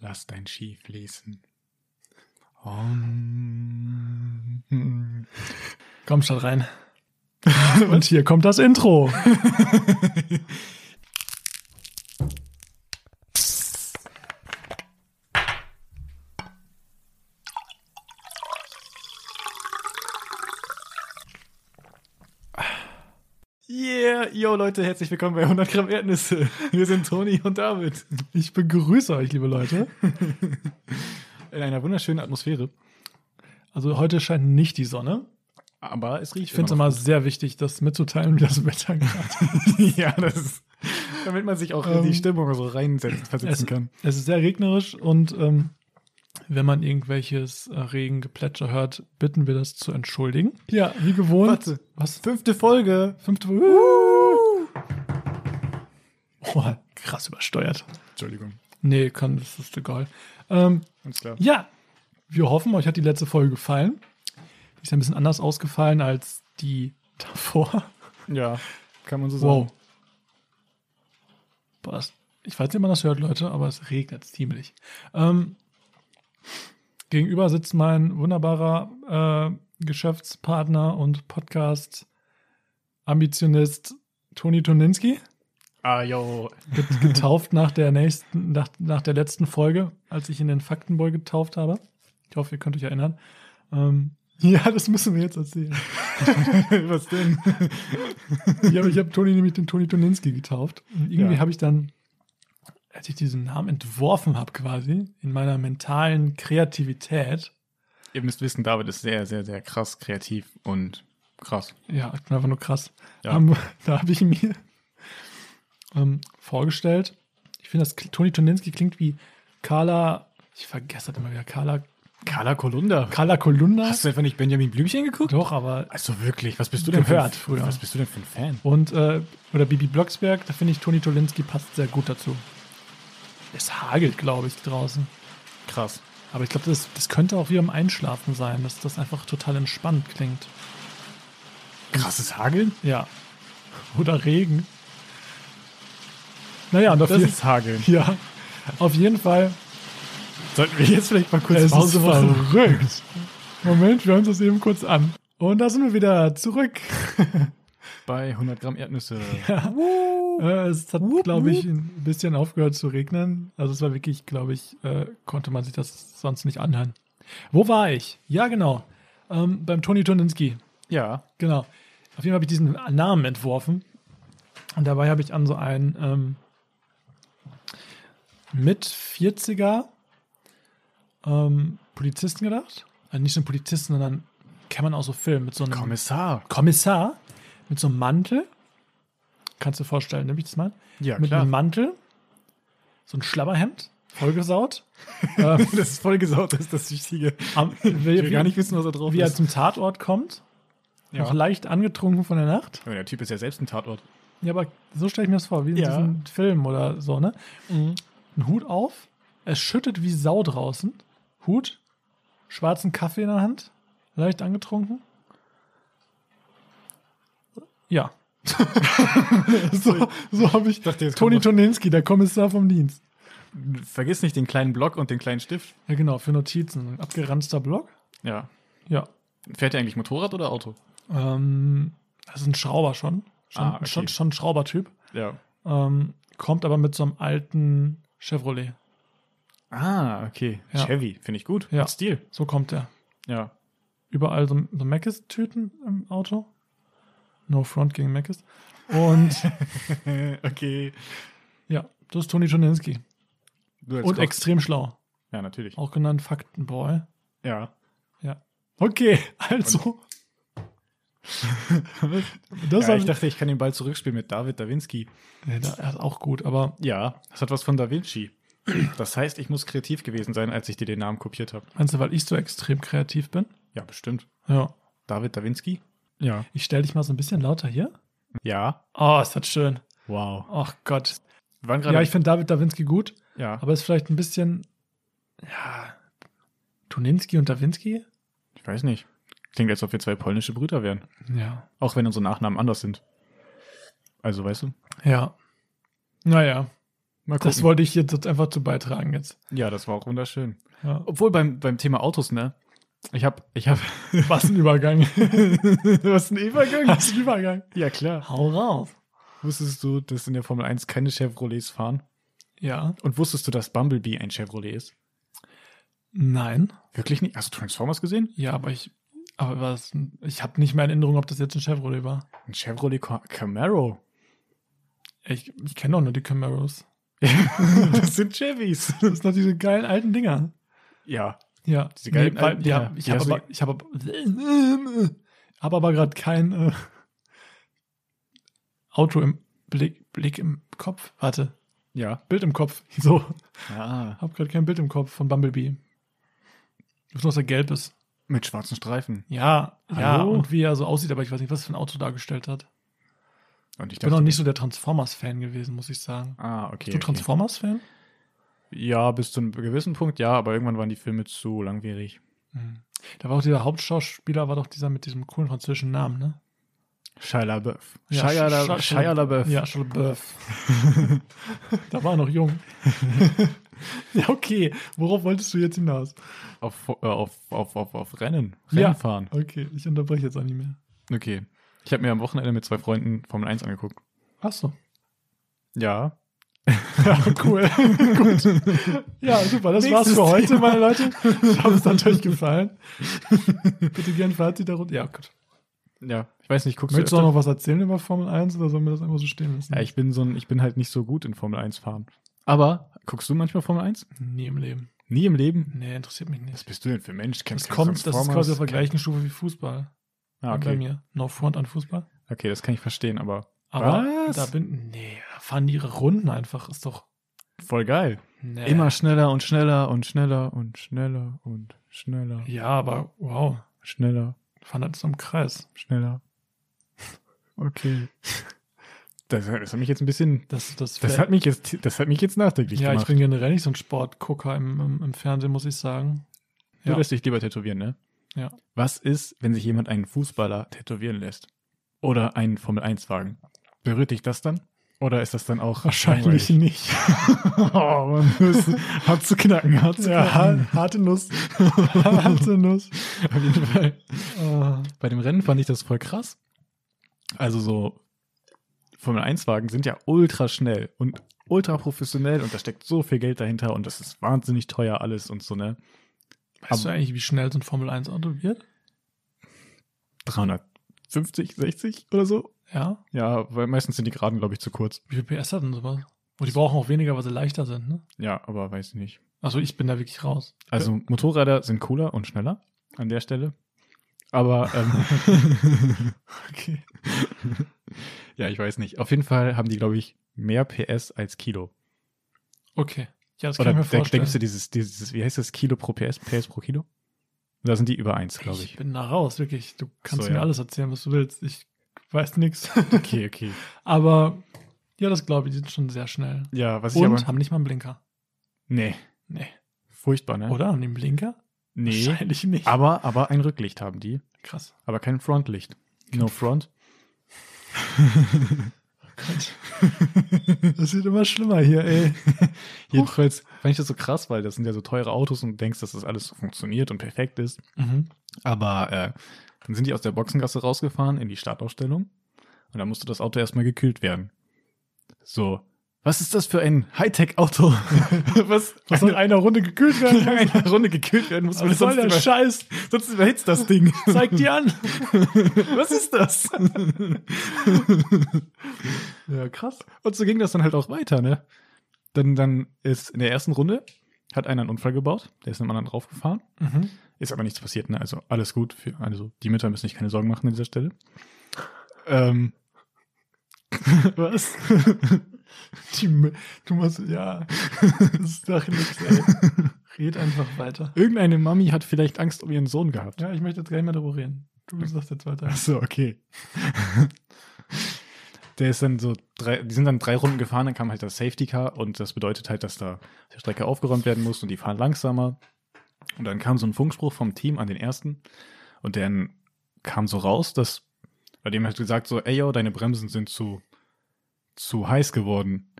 Lass dein Ski fließen. Om. Komm schon halt rein. Und hier kommt das Intro. Yeah, yo Leute, herzlich willkommen bei 100 Gramm Erdnüsse. Wir sind Toni und David Ich begrüße euch, liebe Leute. in einer wunderschönen Atmosphäre. Also heute scheint nicht die Sonne. Aber es riecht. Ich finde es immer sehr wichtig, das mitzuteilen, wie das Wetter gerade immer. ja, das ist, damit man sich auch in die Ähm, Stimmung so reinsetzen versetzen kann. Es ist sehr regnerisch und ähm, wenn man irgendwelches äh, Regengeplätscher hört, bitten wir das zu entschuldigen. Ja, wie gewohnt. Warte. Was? Fünfte Folge. Fünfte. Oh, krass übersteuert. Entschuldigung. Nee, kann, das ist egal. Ähm, Ganz klar. ja, wir hoffen, euch hat die letzte Folge gefallen. Die ist ein bisschen anders ausgefallen als die davor. Ja, kann man so sagen. Wow. Boah, das- ich weiß nicht, ob man das hört, Leute, aber es regnet ziemlich. Ähm, gegenüber sitzt mein wunderbarer äh, Geschäftspartner und Podcast-Ambitionist Toni Toninski, Ah, yo. get- getauft nach der nächsten, nach, nach der letzten Folge, als ich ihn in den Faktenboy getauft habe. Ich hoffe, ihr könnt euch erinnern. Ähm, ja, das müssen wir jetzt erzählen. Was denn? Ja, aber ich habe Toni nämlich den Toni Toninski getauft. Und irgendwie Ja. habe ich dann, als ich diesen Namen entworfen habe, quasi, in meiner mentalen Kreativität, Ihr müsst wissen, David ist sehr, sehr, sehr krass kreativ und krass. ja, ich bin einfach nur krass, Ja. haben, da habe ich mir ähm, vorgestellt, ich finde, das kli- Toni Toninski klingt wie Carla, ich vergesse das immer wieder, Carla, Carla Kolunda. Carla Kolumna. Hast du einfach nicht Benjamin Blümchen geguckt? Doch, aber. Also wirklich, was bist du Gehört denn für ein, früher. Was bist du denn für ein Fan? Und, äh, oder Bibi Blocksberg, da finde ich, Toni Tolinski passt sehr gut dazu. Es hagelt, glaube ich, draußen. Krass. Aber ich glaube, das, das könnte auch wie im Einschlafen sein, dass das einfach total entspannt klingt. Krasses Hageln? Ja. Oder Regen. Naja, und auf, je Hageln. ja, auf jeden Fall. Sollten wir jetzt vielleicht mal kurz es Pause ist machen? verrückt. Moment, wir hören uns das eben kurz an. Und da sind wir wieder zurück. Bei 100 Gramm Erdnüsse. Äh, es hat, glaube ich, ein bisschen aufgehört zu regnen. Also es war wirklich, glaube ich, äh, konnte man sich das sonst nicht anhören. Wo war ich? Ja, genau. Ähm, beim Toni Toninski. Ja. Genau. Auf jeden Fall habe ich diesen Namen entworfen. Und dabei habe ich an so einen ähm, mit 40er ähm, Polizisten gedacht. Also nicht so einen Polizisten, sondern kann man auch so filmen mit so einem Kommissar. Kommissar mit so einem Mantel. Kannst du dir vorstellen, nehme ich das mal? Ja, mit klar. einem Mantel, so ein Schlabberhemd, vollgesaut. ähm, Das ist vollgesaut, das ist das Wichtige. am, Ich wie, will gar nicht wissen, was da drauf wie er ist. zum Tatort kommt, noch leicht angetrunken von der Nacht. Ja, der Typ ist ja selbst ein Tatort. Ja, aber so stelle ich mir das vor, wie in Ja. Mhm. diesem Film oder so, ne? Ein Hut auf, es schüttet wie Sau draußen. Hut, schwarzen Kaffee in der Hand, leicht angetrunken. Ja. so so habe ich dachte, jetzt kommt Toni noch- Toninski, der Kommissar vom Dienst. Vergiss nicht den kleinen Block und den kleinen Stift. Ja, genau, für Notizen. Ein abgeranzter Block. Ja. Ja. Fährt er eigentlich Motorrad oder Auto? Ähm, das ist ein Schrauber schon. Schon, Ah, okay. schon, schon ein Schraubertyp. Ja. Ähm, kommt aber mit so einem alten Chevrolet. Ah, okay. Ja. Chevy, finde ich gut. Ja. Hat Stil. So kommt er. Ja. überall so, so Meckes-Tüten im Auto. No front gegen Meckes. Und Äh, okay. ja, das ist Toni Janinski. Du als Und Koch. extrem schlau. Ja, natürlich. Auch genannt Faktenboy. Ja. Okay, also. das ja, hab ich ich dachte, ich kann den Ball zurückspielen mit David Da Vinci. nee, das ist auch gut, aber Ja, das hat was von Da Vinci. Das heißt, ich muss kreativ gewesen sein, als ich dir den Namen kopiert habe. meinst du, weil ich so extrem kreativ bin? Ja, bestimmt. Ja. David Da Vinci? Ja. Ich stelle dich mal so ein bisschen lauter hier. Ja. Oh, ist das schön. Wow. Ach Gott. Wir waren gerade. Ja, ich finde David Dawinski gut, ja. aber ist vielleicht ein bisschen. Ja. Toninski und Dawinski? ich weiß nicht. Klingt, als ob wir zwei polnische Brüder wären. Ja. Auch wenn unsere Nachnamen anders sind. Also, weißt du? Ja. Naja. Mal Das wollte ich jetzt einfach zu beitragen jetzt. ja, das war auch wunderschön. Ja. Obwohl beim, beim Thema Autos, ne? Ich habe, ich habe, Was ein Übergang. was ein Übergang. Was ein Übergang. Ja, klar. Hau rauf. Wusstest du, dass in der Formel 1 keine Chevrolets fahren? Ja. Und wusstest du, dass Bumblebee ein Chevrolet ist? Nein. Wirklich nicht? Hast du Transformers gesehen? Ja, aber ich. Aber was, ich habe nicht mehr in Erinnerung, ob das jetzt ein Chevrolet war. Ein Chevrolet Ca- Camaro. Ich, ich kenne doch nur die Camaros. das sind Chevys. Das sind doch diese geilen alten Dinger. Ja. Ja. Diese geilen weil- alten ja, Dinger. Ich Die habe hast du- aber, ich habe aber, hab aber gerade kein äh, Auto im Blick, Blick im Kopf. Warte, Ja. Bild im Kopf. So, Ah. habe gerade kein Bild im Kopf von Bumblebee. Ich weiß nur, dass er gelb ist. Mit schwarzen Streifen. Ja, ja, Hallo? und wie er so aussieht, aber ich weiß nicht, was für ein Auto dargestellt hat. Und ich Ich bin noch nicht so der Transformers-Fan gewesen, muss ich sagen. Ah, okay. Bist du okay. Transformers-Fan? Ja, bis zu einem gewissen Punkt, ja, aber irgendwann waren die Filme zu langwierig. Hm. Da war auch dieser Hauptschauspieler, war doch dieser mit diesem coolen französischen Namen, ne? Shia LaBeouf. Ja, Shia, La Sch- Sch- Shia LaBeouf. Ja, schon Böff. da war er noch jung. ja, okay. Worauf wolltest du jetzt hinaus? Auf, äh, auf, auf, auf, auf Rennen. Rennen Ja. fahren. Okay, ich unterbreche jetzt auch nicht mehr. Okay. Ich habe mir am Wochenende mit zwei Freunden Formel 1 angeguckt. Achso. Ja. Ja, cool. Gut. Ja, super. Das war's Nächstes für heute, Thema. meine Leute. Ich hoffe, es hat euch gefallen. Bitte gern Fazit darunter. Ja, gut. Ja. Ich weiß nicht, guckst Möchtest du du auch öfter? noch was erzählen über Formel 1 oder sollen wir das einfach so stehen lassen? ja, ich bin so ein, ich bin halt nicht so gut in Formel 1 fahren. Aber guckst du manchmal Formel 1? Nie im Leben. Nie im Leben. Nee, interessiert mich Was nicht. bist du denn für ein Mensch? Kennst Das keine kommt, das ist quasi auf der Transformers? gleichen Stufe wie Fußball. Ah, Bei okay. mir. No front an Fußball. okay, das kann ich verstehen, aber Aber Was? da bin. Nee, da fahren die ihre Runden einfach. Ist doch. voll geil. Nee. Immer schneller und schneller und schneller und schneller und schneller, Ja, aber wow. schneller, Fahren halt so im Kreis. schneller. Okay. Das, das hat mich jetzt ein bisschen. Das, das, Das hat mich jetzt, das hat mich jetzt nachdenklich Ja, ich gemacht. bin generell nicht so ein Sportgucker im, im, im Fernsehen, muss ich sagen. du ja. lässt dich lieber tätowieren, ne? Ja. Was ist, wenn sich jemand einen Fußballer tätowieren lässt? Oder einen Formel-1-Wagen? Berührt dich das dann? Oder ist das dann auch Wahrscheinlich nicht. langweilig? oh, man, das ist hart zu knacken, hart zu Ja, knacken. har- harte Nuss. harte Nuss. Auf jeden Fall. Äh, Bei dem Rennen fand ich das voll krass. Also so Formel-1-Wagen sind ja ultra schnell und ultra professionell und da steckt so viel Geld dahinter und das ist wahnsinnig teuer alles und so, ne? weißt du eigentlich, wie schnell so ein Formel 1-Auto wird? 350, 60 oder so? Ja. Ja, weil meistens sind die Geraden, glaube ich, zu kurz. Wie viel PS hat denn sowas? Und die brauchen auch weniger, weil sie leichter sind, ne? Ja, aber weiß ich nicht. Also ich bin da wirklich raus. Also Motorräder sind cooler und schneller an der Stelle. Aber ähm, Okay. ja, ich weiß nicht. Auf jeden Fall haben die, glaube ich, mehr PS als Kilo. Okay. Ja, das kann Oder ich mir denk- vorstellen. denkst du dieses, dieses, wie heißt das, Kilo pro PS, PS pro Kilo? Da sind die über eins, glaube Ich ich. bin da raus, wirklich. Du kannst So, mir ja. alles erzählen, was du willst. Ich weiß nichts. Okay, okay. Aber ja, das glaube ich, die sind schon sehr schnell. Ja, was ich Und aber. haben nicht mal einen Blinker. Nee, Nee. furchtbar, ne? Oder? Haben die einen Blinker? Nee. Wahrscheinlich nicht. Aber, aber ein Rücklicht haben die, Krass. aber kein Frontlicht. No front. Das wird immer schlimmer hier, ey. Jedenfalls fand ich das so krass, weil das sind ja so teure Autos und du denkst, dass das alles so funktioniert und perfekt ist. Mhm. Aber äh, dann sind die aus der Boxengasse rausgefahren in die Startausstellung und dann musste das Auto erstmal gekühlt werden. So, was ist das für ein Hightech-Auto? was, Was soll in einer Runde gekühlt werden? in einer Runde gekühlt werden muss, weil Was soll sonst, der über, Scheiß? sonst überhitzt das Ding. Zeig die an. was ist das? Ja, krass. und so ging das dann halt auch weiter, ne? Dann, dann ist in der ersten Runde hat einer einen Unfall gebaut, der ist einem anderen draufgefahren. Mhm. Ist aber nichts passiert, ne? Also alles gut. Für, also die Mütter müssen sich keine Sorgen machen an dieser Stelle. Ähm. Was? Die, M- du musst, ja. Das sag nichts, ey. Red einfach weiter. Irgendeine Mami hat vielleicht Angst um ihren Sohn gehabt. Ja, ich möchte jetzt gar nicht mehr darüber reden. Du sagst jetzt weiter. Achso, okay. Der ist dann so drei, die sind dann drei Runden gefahren, dann kam halt das Safety Car und das bedeutet halt, dass da auf der Strecke aufgeräumt werden muss und die fahren langsamer. Und dann kam so ein Funkspruch vom Team an den ersten und dann kam so raus, dass bei dem hat halt gesagt so, ey yo, deine Bremsen sind zu, zu heiß geworden.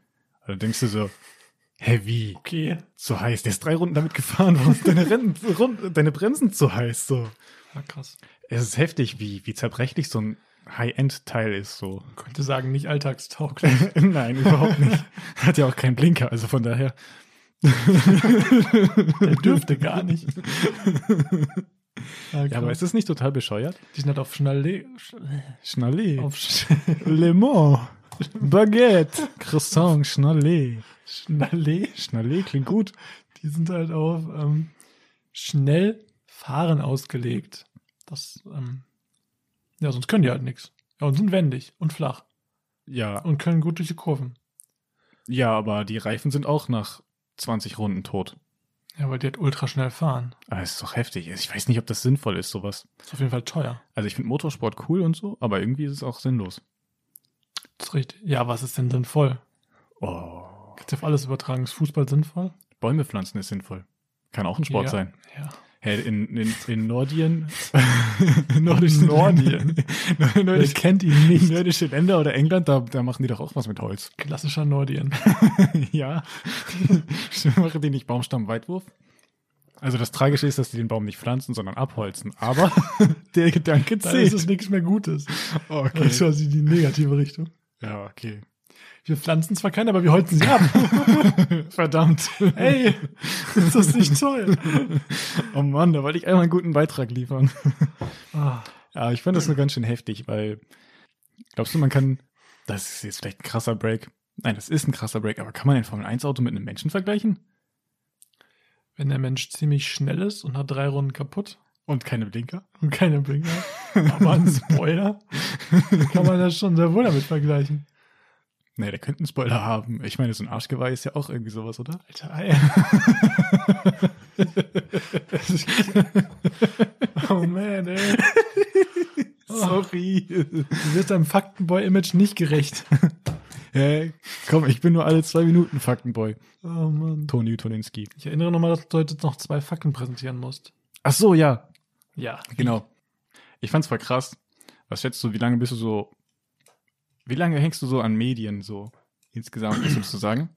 Und dann denkst du so, Heavy. Okay. Zu heiß. Der ist drei Runden damit gefahren worden. Deine, Rennen, Rund- deine Bremsen zu heiß. So. Ja, krass. Es ist heftig, wie, wie zerbrechlich so ein High-End-Teil ist. So. Man könnte sagen, nicht alltagstauglich. Nein, überhaupt nicht. Hat ja auch keinen Blinker, also von daher. Der dürfte gar nicht. Ja, aber ist es nicht total bescheuert? die sind halt auf Schnalle. Sch Schnallet. auf Sch Le Mans. Baguette. Croissant. Schnallet. Schnalle. Schnallet klingt gut. Die sind halt auf ähm, schnell fahren ausgelegt. Das, ähm, ja, sonst können die halt nichts. Ja, und sind wendig und flach Ja, und können gut durch die Kurven. ja, aber die Reifen sind auch nach 20 Runden tot. Ja, weil die halt ultra schnell fahren. Aber es ist doch heftig. Ich weiß nicht, ob das sinnvoll ist, sowas. Ist auf jeden Fall teuer. Also ich finde Motorsport cool und so, aber irgendwie ist es auch sinnlos. Das ist richtig. Ja, was ist denn sinnvoll? Oh. Kannst du auf alles übertragen? Ist Fußball sinnvoll? Bäume pflanzen ist sinnvoll. Kann auch ein Sport Ja. sein. Ja. Hä, in, in, in Nordien. Nordischen- Nordien. Wer Nordische, kennt ihn nicht? Nordische Länder oder England, da, da machen die doch auch was mit Holz. Klassischer Nordien. ja. machen die nicht Baumstammweitwurf? Also das Tragische ist, dass die den Baum nicht pflanzen, sondern abholzen. Aber der Gedanke Da ist zählt. Oh, es nichts mehr Gutes. Okay. Das ist quasi die negative Richtung. Ja, okay. Wir pflanzen zwar keine, aber wir holzen sie ab. Verdammt. Ey, ist das nicht toll? Oh Mann, da wollte ich einmal einen guten Beitrag liefern. Ah, Ja, ich fand das nur ganz schön heftig, weil glaubst du, man kann, das ist jetzt vielleicht ein krasser Break. Nein, das ist ein krasser Break, aber kann man ein Formel-1-Auto mit einem Menschen vergleichen? wenn der Mensch ziemlich schnell ist und hat drei Runden kaputt Und keine Blinker? und keine Bringer, aber ein Spoiler, kann man das schon sehr wohl damit vergleichen. Nee, der könnte einen Spoiler haben. Ich meine, so ein Arschgeweih ist ja auch irgendwie sowas, oder? Alter, ey. oh man, ey. Oh. Sorry. Du wirst deinem Faktenboy-Image nicht gerecht. Hey, komm, ich bin nur alle zwei Minuten Faktenboy. Oh man. Toni Toninski. Ich erinnere nochmal, dass du heute noch zwei Fakten präsentieren musst. Ach so, ja. Ja. Genau. Ich fand's voll krass. Was schätzt du, wie lange bist du so, wie lange hängst du so an Medien so insgesamt, ist das zu sagen?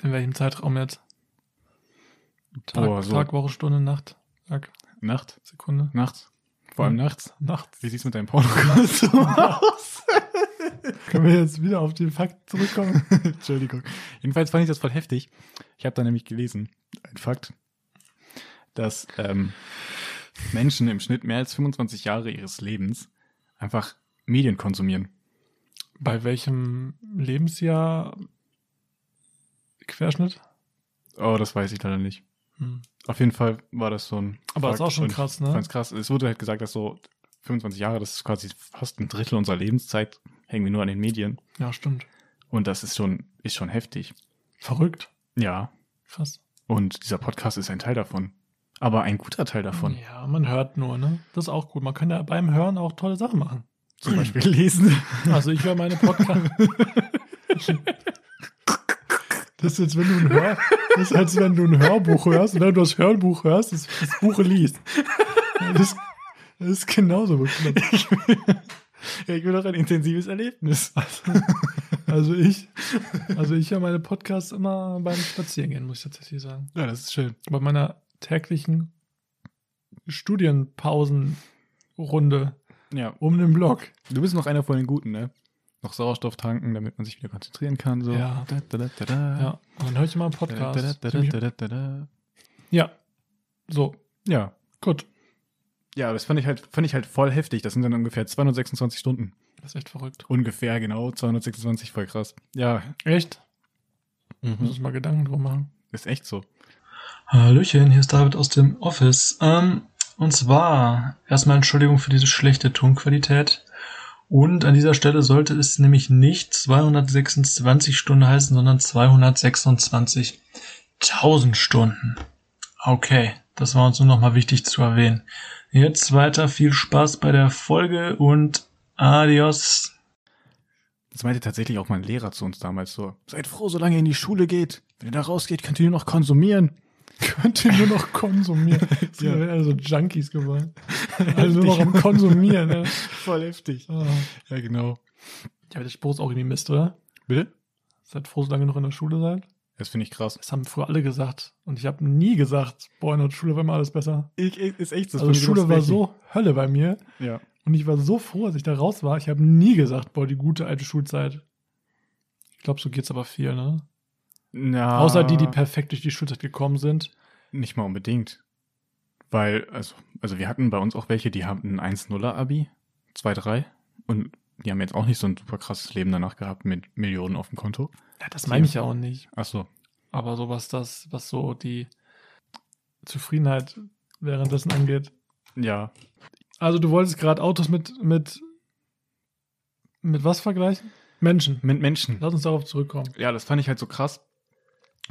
In welchem Zeitraum jetzt? Tag, Boah, so- Tag Woche, Stunde, Nacht, Tag, Nacht? Sekunde, Nachts? Vor allem Hm. nachts? Nacht. Wie sieht's mit deinem Pornokurs aus? Können wir jetzt wieder auf die Fakten zurückkommen? Entschuldigung. Jedenfalls fand ich das voll heftig. Ich habe da nämlich gelesen, ein Fakt, dass ähm, Menschen im Schnitt mehr als 25 Jahre ihres Lebens einfach Medien konsumieren. Bei welchem Lebensjahr Querschnitt? Oh, das weiß ich leider nicht. Hm. Auf jeden Fall war das so ein. Aber ist Fakt auch schon und krass, Ich ne? fand's krass. Es wurde halt gesagt, dass so 25 Jahre, das ist quasi fast ein Drittel unserer Lebenszeit, hängen wir nur an den Medien. Ja, stimmt. Und das ist schon, ist schon heftig. Verrückt. Ja. Krass. Und dieser Podcast ist ein Teil davon. Aber ein guter Teil davon. Ja, man hört nur, ne? Das ist auch gut. Man kann ja beim Hören auch tolle Sachen machen. Zum Beispiel lesen. Also ich höre meine Podcast. Das ist, jetzt, wenn du ein Hör das ist, als wenn du ein Hörbuch hörst oder du das Hörbuch hörst, das, das Buch liest. Das, das ist genauso bekloppt. Ja, ich will doch ein intensives Erlebnis. Also ich, also ich höre meine Podcasts immer beim Spazierengehen, muss ich tatsächlich sagen. Ja, das ist schön. Bei meiner täglichen Studienpausenrunde Ja, um den Block. du bist noch einer von den Guten, ne? Noch Sauerstoff tanken, damit man sich wieder konzentrieren kann. So. Ja. Da, da, da, da, da. Ja, und dann höre ich immer einen Da, da, Podcast. da, da, da, da, da, da. Ja, so, Ja. gut. Ja, das fand ich halt, fand ich halt voll heftig. Das sind dann ungefähr 226 Stunden. Das ist echt verrückt. Ungefähr, genau. 226, voll krass. Ja. Echt? Muss uns mal Gedanken drum machen. Ist echt so. Hallöchen, hier ist David aus dem Office. Ähm, und zwar erstmal Entschuldigung für diese schlechte Tonqualität. Und an dieser Stelle sollte es nämlich nicht 226 Stunden heißen, sondern 226.000 Stunden. Okay, das war uns nur nochmal wichtig zu erwähnen. Jetzt weiter, viel Spaß bei der Folge und adios. Das meinte tatsächlich auch mein Lehrer zu uns damals so. Seid froh, solange ihr in die Schule geht. Wenn ihr da rausgeht, könnt ihr nur noch konsumieren. Könnt ihr nur noch konsumieren. Das Ja. sind alle so Junkies geworden. Alle nur noch am Konsumieren. ne? Ja. Voll heftig. Ah. Ja, genau. Ja, aber der Spruch ist auch irgendwie Mist, oder? Bitte? Seid froh, solange ihr noch in der Schule seid. Das finde ich krass. Das haben früher alle gesagt. Und ich habe nie gesagt, boah, in der Schule war immer alles besser. Ich, ich- ist echt so. Also das finde ich Schule war richtig. so Hölle bei mir. Ja. Und ich war so froh, als ich da raus war. Ich habe nie gesagt, boah, die gute alte Schulzeit. Ich glaube, so geht's aber viel, ne? Na, Außer die, die perfekt durch die Schulzeit gekommen sind. Nicht mal unbedingt. Weil, also, also wir hatten bei uns auch welche, die haben ein 1-0-Abi, 2-3 und die haben jetzt auch nicht so ein super krasses Leben danach gehabt mit Millionen auf dem Konto. Ja, das Die- meine ich ja auch nicht. Ach so. Aber so was das, was so die Zufriedenheit währenddessen angeht. Ja. Also du wolltest gerade Autos mit, mit, mit was vergleichen? Menschen. Mit Menschen. Lass uns darauf zurückkommen. Ja, das fand ich halt so krass.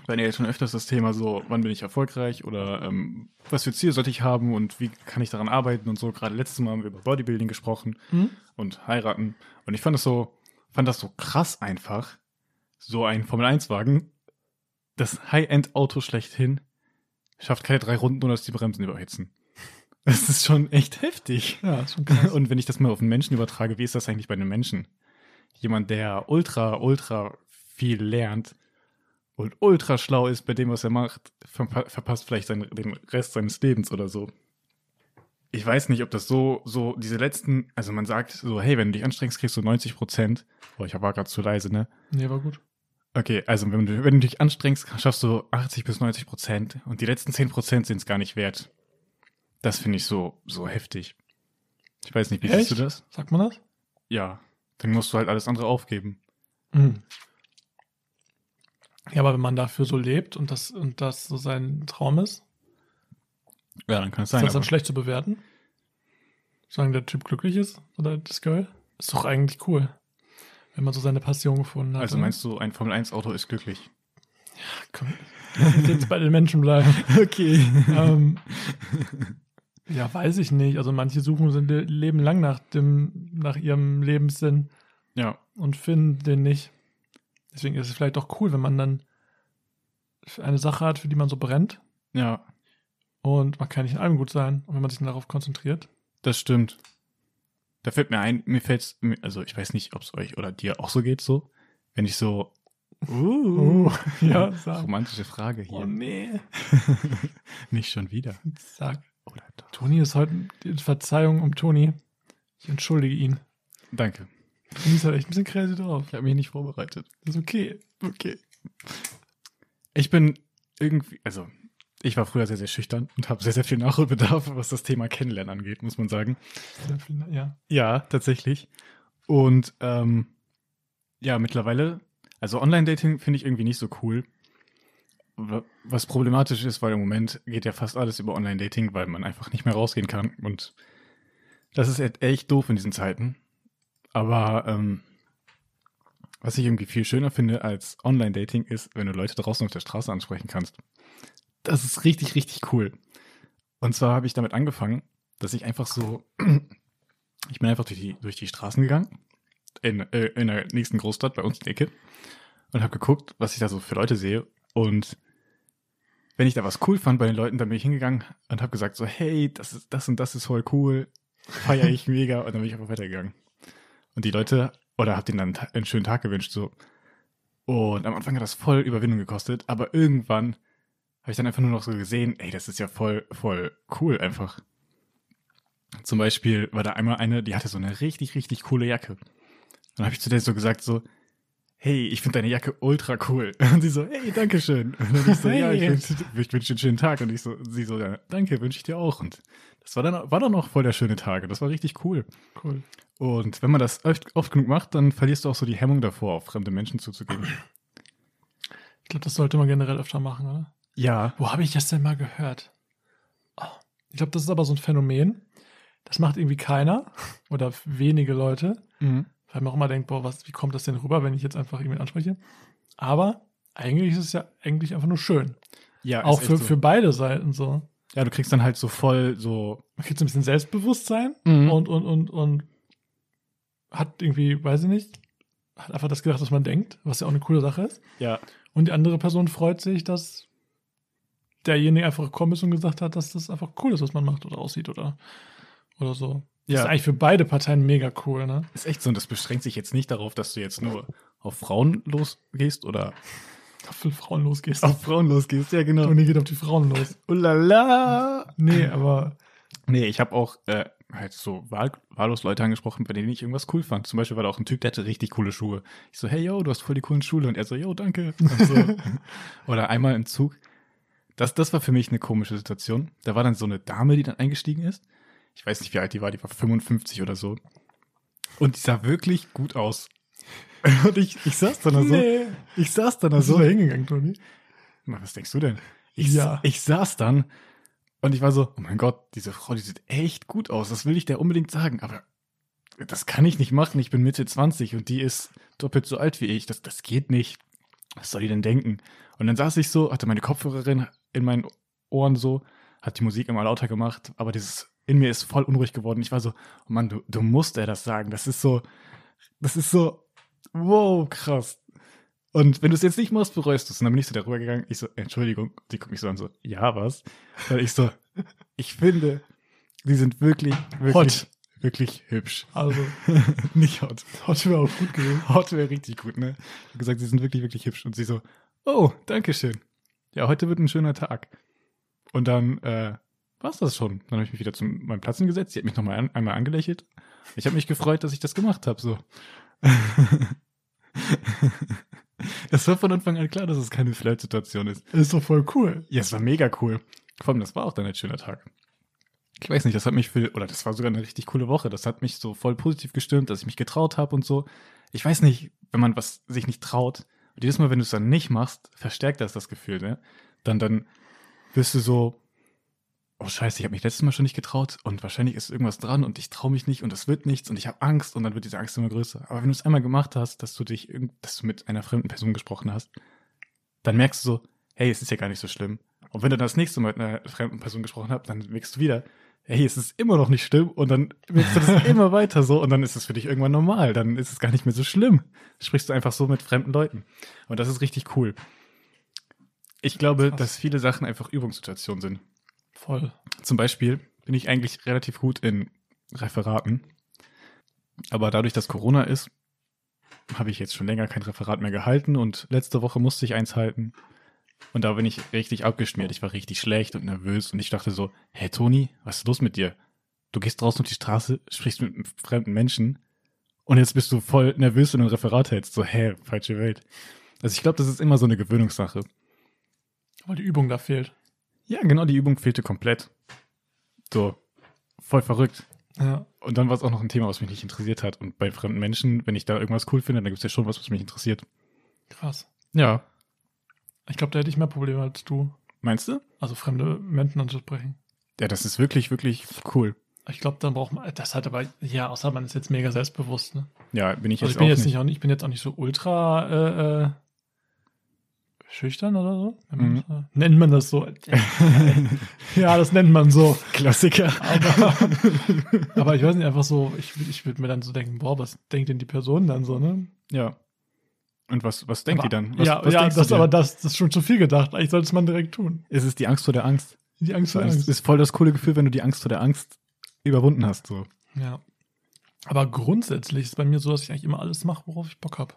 Wenn ihr jetzt schon öfters das Thema so, wann bin ich erfolgreich oder ähm, was für Ziele sollte ich haben und wie kann ich daran arbeiten und so. Gerade letztes Mal haben wir über Bodybuilding gesprochen. Hm? und heiraten. Und ich fand das so, fand das so krass einfach, so ein Formel-1-Wagen, das High-End-Auto schlechthin, schafft keine drei Runden, ohne dass die Bremsen überhitzen. Das ist schon echt heftig. Ja, ist schon krass. Und wenn ich das mal auf einen Menschen übertrage, wie ist das eigentlich bei einem Menschen? Jemand, der ultra, ultra viel lernt und ultra schlau ist bei dem, was er macht, verpa verpasst vielleicht sein, den Rest seines Lebens oder so. Ich weiß nicht, ob das so, so diese letzten, also man sagt so, hey, wenn du dich anstrengst, kriegst du 90 Prozent. Boah, ich war gerade zu leise, ne? nee, war gut. Okay, also wenn du, wenn du dich anstrengst, schaffst du 80 bis 90 Prozent und die letzten 10 Prozent sind es gar nicht wert. Das finde ich so, so heftig. Ich weiß nicht, wie siehst du Echt? das? Sagt man das? Ja, dann musst du halt alles andere aufgeben. Mhm. Ja, aber wenn man dafür so lebt und das, und das so sein Traum ist, Ja, dann kann es ist sein. das dann aber- schlecht zu bewerten? Solange der Typ glücklich ist oder das Girl? Ist doch eigentlich cool, wenn man so seine Passion gefunden hat. ne? also meinst du, ein Formel-1-Auto ist glücklich? Komm, lass uns jetzt bei den Menschen bleiben. Okay. ähm, ja, weiß ich nicht. Also manche suchen sind le- Leben lang nach dem, nach ihrem Lebenssinn Ja, und finden den nicht. Deswegen ist es vielleicht auch cool, wenn man dann eine Sache hat, für die man so brennt. ja, Und man kann nicht in allem gut sein. Und wenn man sich dann darauf konzentriert. das stimmt. Da fällt mir ein, mir fällt's, mir- also ich weiß nicht, ob es euch oder dir auch so geht, so, wenn ich so, Uh, ja, sag. romantische Frage Oh hier, nee. nicht schon wieder. Sag. Oder doch. Toni ist heute die Verzeihung um Toni. Ich entschuldige ihn. Danke. Toni ist halt echt ein bisschen crazy drauf. Ich habe mich nicht vorbereitet. Das ist okay. Okay. Ich bin irgendwie, also ich war früher sehr, sehr schüchtern und habe sehr, sehr viel Nachholbedarf, was das Thema Kennenlernen angeht, muss man sagen. Ja. Ja, tatsächlich. Und ähm, ja, mittlerweile, also Online-Dating finde ich irgendwie nicht so cool. Wa- Was problematisch ist, weil im Moment geht ja fast alles über Online-Dating, weil man einfach nicht mehr rausgehen kann. Und das ist e- echt doof in diesen Zeiten. Aber ähm, was ich irgendwie viel schöner finde als Online-Dating ist, wenn du Leute draußen auf der Straße ansprechen kannst. Das ist richtig, richtig cool. Und zwar habe ich damit angefangen, dass ich einfach so ich bin einfach durch die, durch die Straßen gegangen, in, äh, in der nächsten Großstadt bei uns in der Ecke, und habe geguckt, was ich da so für Leute sehe. Und wenn ich da was cool fand bei den Leuten, dann bin ich hingegangen und habe gesagt so, hey, das, ist, das und das ist voll cool, feiere ich mega. Und dann bin ich einfach weitergegangen. Und die Leute, oder habe denen dann ta- einen schönen Tag gewünscht, so. Und am Anfang hat das voll Überwindung gekostet, aber irgendwann habe ich dann einfach nur noch so gesehen, ey, das ist ja voll, voll cool einfach. Zum Beispiel war da einmal eine, die hatte so eine richtig, richtig coole Jacke. Dann habe ich zu der so gesagt so, hey, ich finde deine Jacke ultra cool. Und sie so, hey, danke schön. Und dann ich so, ja, ich Hey. wünsche ich wünsch dir einen schönen Tag. Und ich so, sie so, ja, danke, wünsche ich dir auch. Und das war dann, war dann auch voll der schöne Tag. Und das war richtig cool. Cool. Und wenn man das oft, oft genug macht, dann verlierst du auch so die Hemmung davor, auf fremde Menschen zuzugehen. Ich glaube, das sollte man generell öfter machen, oder? Ja. Wo habe ich das denn mal gehört? Oh, ich glaube, das ist aber so ein Phänomen. Das macht irgendwie keiner oder wenige Leute, Mhm. weil man auch immer denkt, boah, was, wie kommt das denn rüber, wenn ich jetzt einfach irgendwen anspreche? Aber eigentlich ist es ja eigentlich einfach nur schön. Ja, auch für, so. für beide Seiten so. Ja, du kriegst dann halt so voll so. Man kriegt so ein bisschen Selbstbewusstsein Und und, und, und, und hat irgendwie, weiß ich nicht, hat einfach das gedacht, was man denkt, was ja auch eine coole Sache ist. ja. Und die andere Person freut sich, dass derjenige einfach gekommen ist und gesagt hat, dass das einfach cool ist, was man macht oder aussieht oder, oder so. Das Ja. ist eigentlich für beide Parteien mega cool, ne? Ist echt so. Und das beschränkt sich jetzt nicht darauf, dass du jetzt nur auf Frauen losgehst oder Auf Frauen losgehst. Auf Frauen losgehst, ja genau. Oh Toni geht auf die Frauen los. Ulala. Nee, aber Nee, ich habe auch äh, halt so wahl wahllos Leute angesprochen, bei denen ich irgendwas cool fand. Zum Beispiel war da auch ein Typ, der hatte richtig coole Schuhe. Ich so, hey yo, du hast voll die coolen Schuhe. Und er so, yo, danke. Und so. Oder einmal im Zug. Das, das war für mich eine komische Situation. Da war dann so eine Dame, die dann eingestiegen ist. Ich weiß nicht, wie alt die war, die war 55 oder so. Und die sah wirklich gut aus. Und ich, ich saß dann da so. Nee. Ich saß dann da bist du so. da hingegangen, Toni? Na, was denkst du denn? Ich, Ja. ich saß dann und ich war so, oh mein Gott, diese Frau, die sieht echt gut aus. Das will ich dir unbedingt sagen. Aber das kann ich nicht machen. Ich bin Mitte 20 und die ist doppelt so alt wie ich. Das, das geht nicht. Was soll die denn denken? Und dann saß ich so, hatte meine Kopfhörerin in meinen Ohren so, hat die Musik immer lauter gemacht, aber dieses in mir ist voll unruhig geworden. Ich war so, oh Mann, du, du musst ihr das sagen. Das ist so, das ist so, wow, krass. Und wenn du es jetzt nicht machst, bereust du es. Und dann bin ich so darüber gegangen. Ich so, Entschuldigung. Die guckt mich so an, so, ja, was? Und ich so, ich finde, die sind wirklich, wirklich, Hot. wirklich hübsch. Also, nicht hot. hat mir auch gut gewesen. Hot wäre richtig gut, ne? Ich habe gesagt, sie sind wirklich, wirklich hübsch. Und sie so, oh, danke schön. Ja, heute wird ein schöner Tag. Und dann äh, war es das schon. Dann habe ich mich wieder zu meinem Platz hingesetzt. Sie hat mich nochmal an, einmal angelächelt. Ich habe mich gefreut, dass ich das gemacht habe. So. das war von Anfang an klar, dass es keine Flirt-Situation ist. Ist doch voll cool. Ja, es war mega cool. Vor allem, das war auch dann ein schöner Tag. Ich weiß nicht, das hat mich für, oder das war sogar eine richtig coole Woche. Das hat mich so voll positiv gestimmt, dass ich mich getraut habe und so. Ich weiß nicht, wenn man was sich nicht traut, und jedes Mal, wenn du es dann nicht machst, verstärkt das das Gefühl, ne? Dann, dann wirst du so, oh scheiße, ich habe mich letztes Mal schon nicht getraut und wahrscheinlich ist irgendwas dran und ich traue mich nicht und es wird nichts und ich habe Angst und dann wird diese Angst immer größer. Aber wenn du es einmal gemacht hast, dass du dich, irgend- dass du mit einer fremden Person gesprochen hast, dann merkst du so, hey, es ist ja gar nicht so schlimm. Und wenn du dann das nächste Mal mit einer fremden Person gesprochen hast, dann merkst du wieder, hey, es ist immer noch nicht schlimm und dann merkst du das immer weiter so und dann ist es für dich irgendwann normal, dann ist es gar nicht mehr so schlimm. Sprichst du einfach so mit fremden Leuten. Und das ist richtig cool. Ich glaube, Krass. dass viele Sachen einfach Übungssituationen sind. Voll. Zum Beispiel bin ich eigentlich relativ gut in Referaten. Aber dadurch, dass Corona ist, habe ich jetzt schon länger kein Referat mehr gehalten und letzte Woche musste ich eins halten. Und da bin ich richtig abgeschmiert. Ich war richtig schlecht und nervös und ich dachte so, hey Toni, was ist los mit dir? Du gehst draußen auf die Straße, sprichst mit einem fremden Menschen und jetzt bist du voll nervös, wenn du ein Referat hältst. So, hä, falsche Welt. Also ich glaube, das ist immer so eine Gewöhnungssache. Weil die Übung da fehlt. Ja, genau, die Übung fehlte komplett. So, voll verrückt. Ja. Und dann war es auch noch ein Thema, was mich nicht interessiert hat. Und bei fremden Menschen, wenn ich da irgendwas cool finde, dann gibt es ja schon was, was mich interessiert. Krass. Ja. Ich glaube, da hätte ich mehr Probleme als du. Meinst du? Also fremde Menschen anzusprechen. Ja, das ist wirklich, wirklich cool. Ich glaube, dann braucht man, das hat aber, ja, außer man ist jetzt mega selbstbewusst. Ne? Ja, bin ich Also jetzt ich bin auch jetzt nicht. nicht, auch nicht, ich bin jetzt auch nicht so ultra äh, äh, schüchtern oder so. Wenn man Mhm. das, äh, Nennt man das so? ja, das nennt man so. Klassiker. Aber, aber ich weiß nicht, einfach so, ich, ich würde mir dann so denken, boah, was denkt denn die Person dann so, ne? Ja. Und was, was denkt aber, die dann? Was, ja, was ja denkst du das, dir? aber das, das ist schon zu viel gedacht. Eigentlich sollte es man direkt tun. Es ist die Angst vor der Angst. Also Die Angst vor Es Angst. ist voll das coole Gefühl, wenn du die Angst vor der Angst überwunden hast. So. Ja. Aber grundsätzlich ist bei mir so, dass ich eigentlich immer alles mache, worauf ich Bock habe.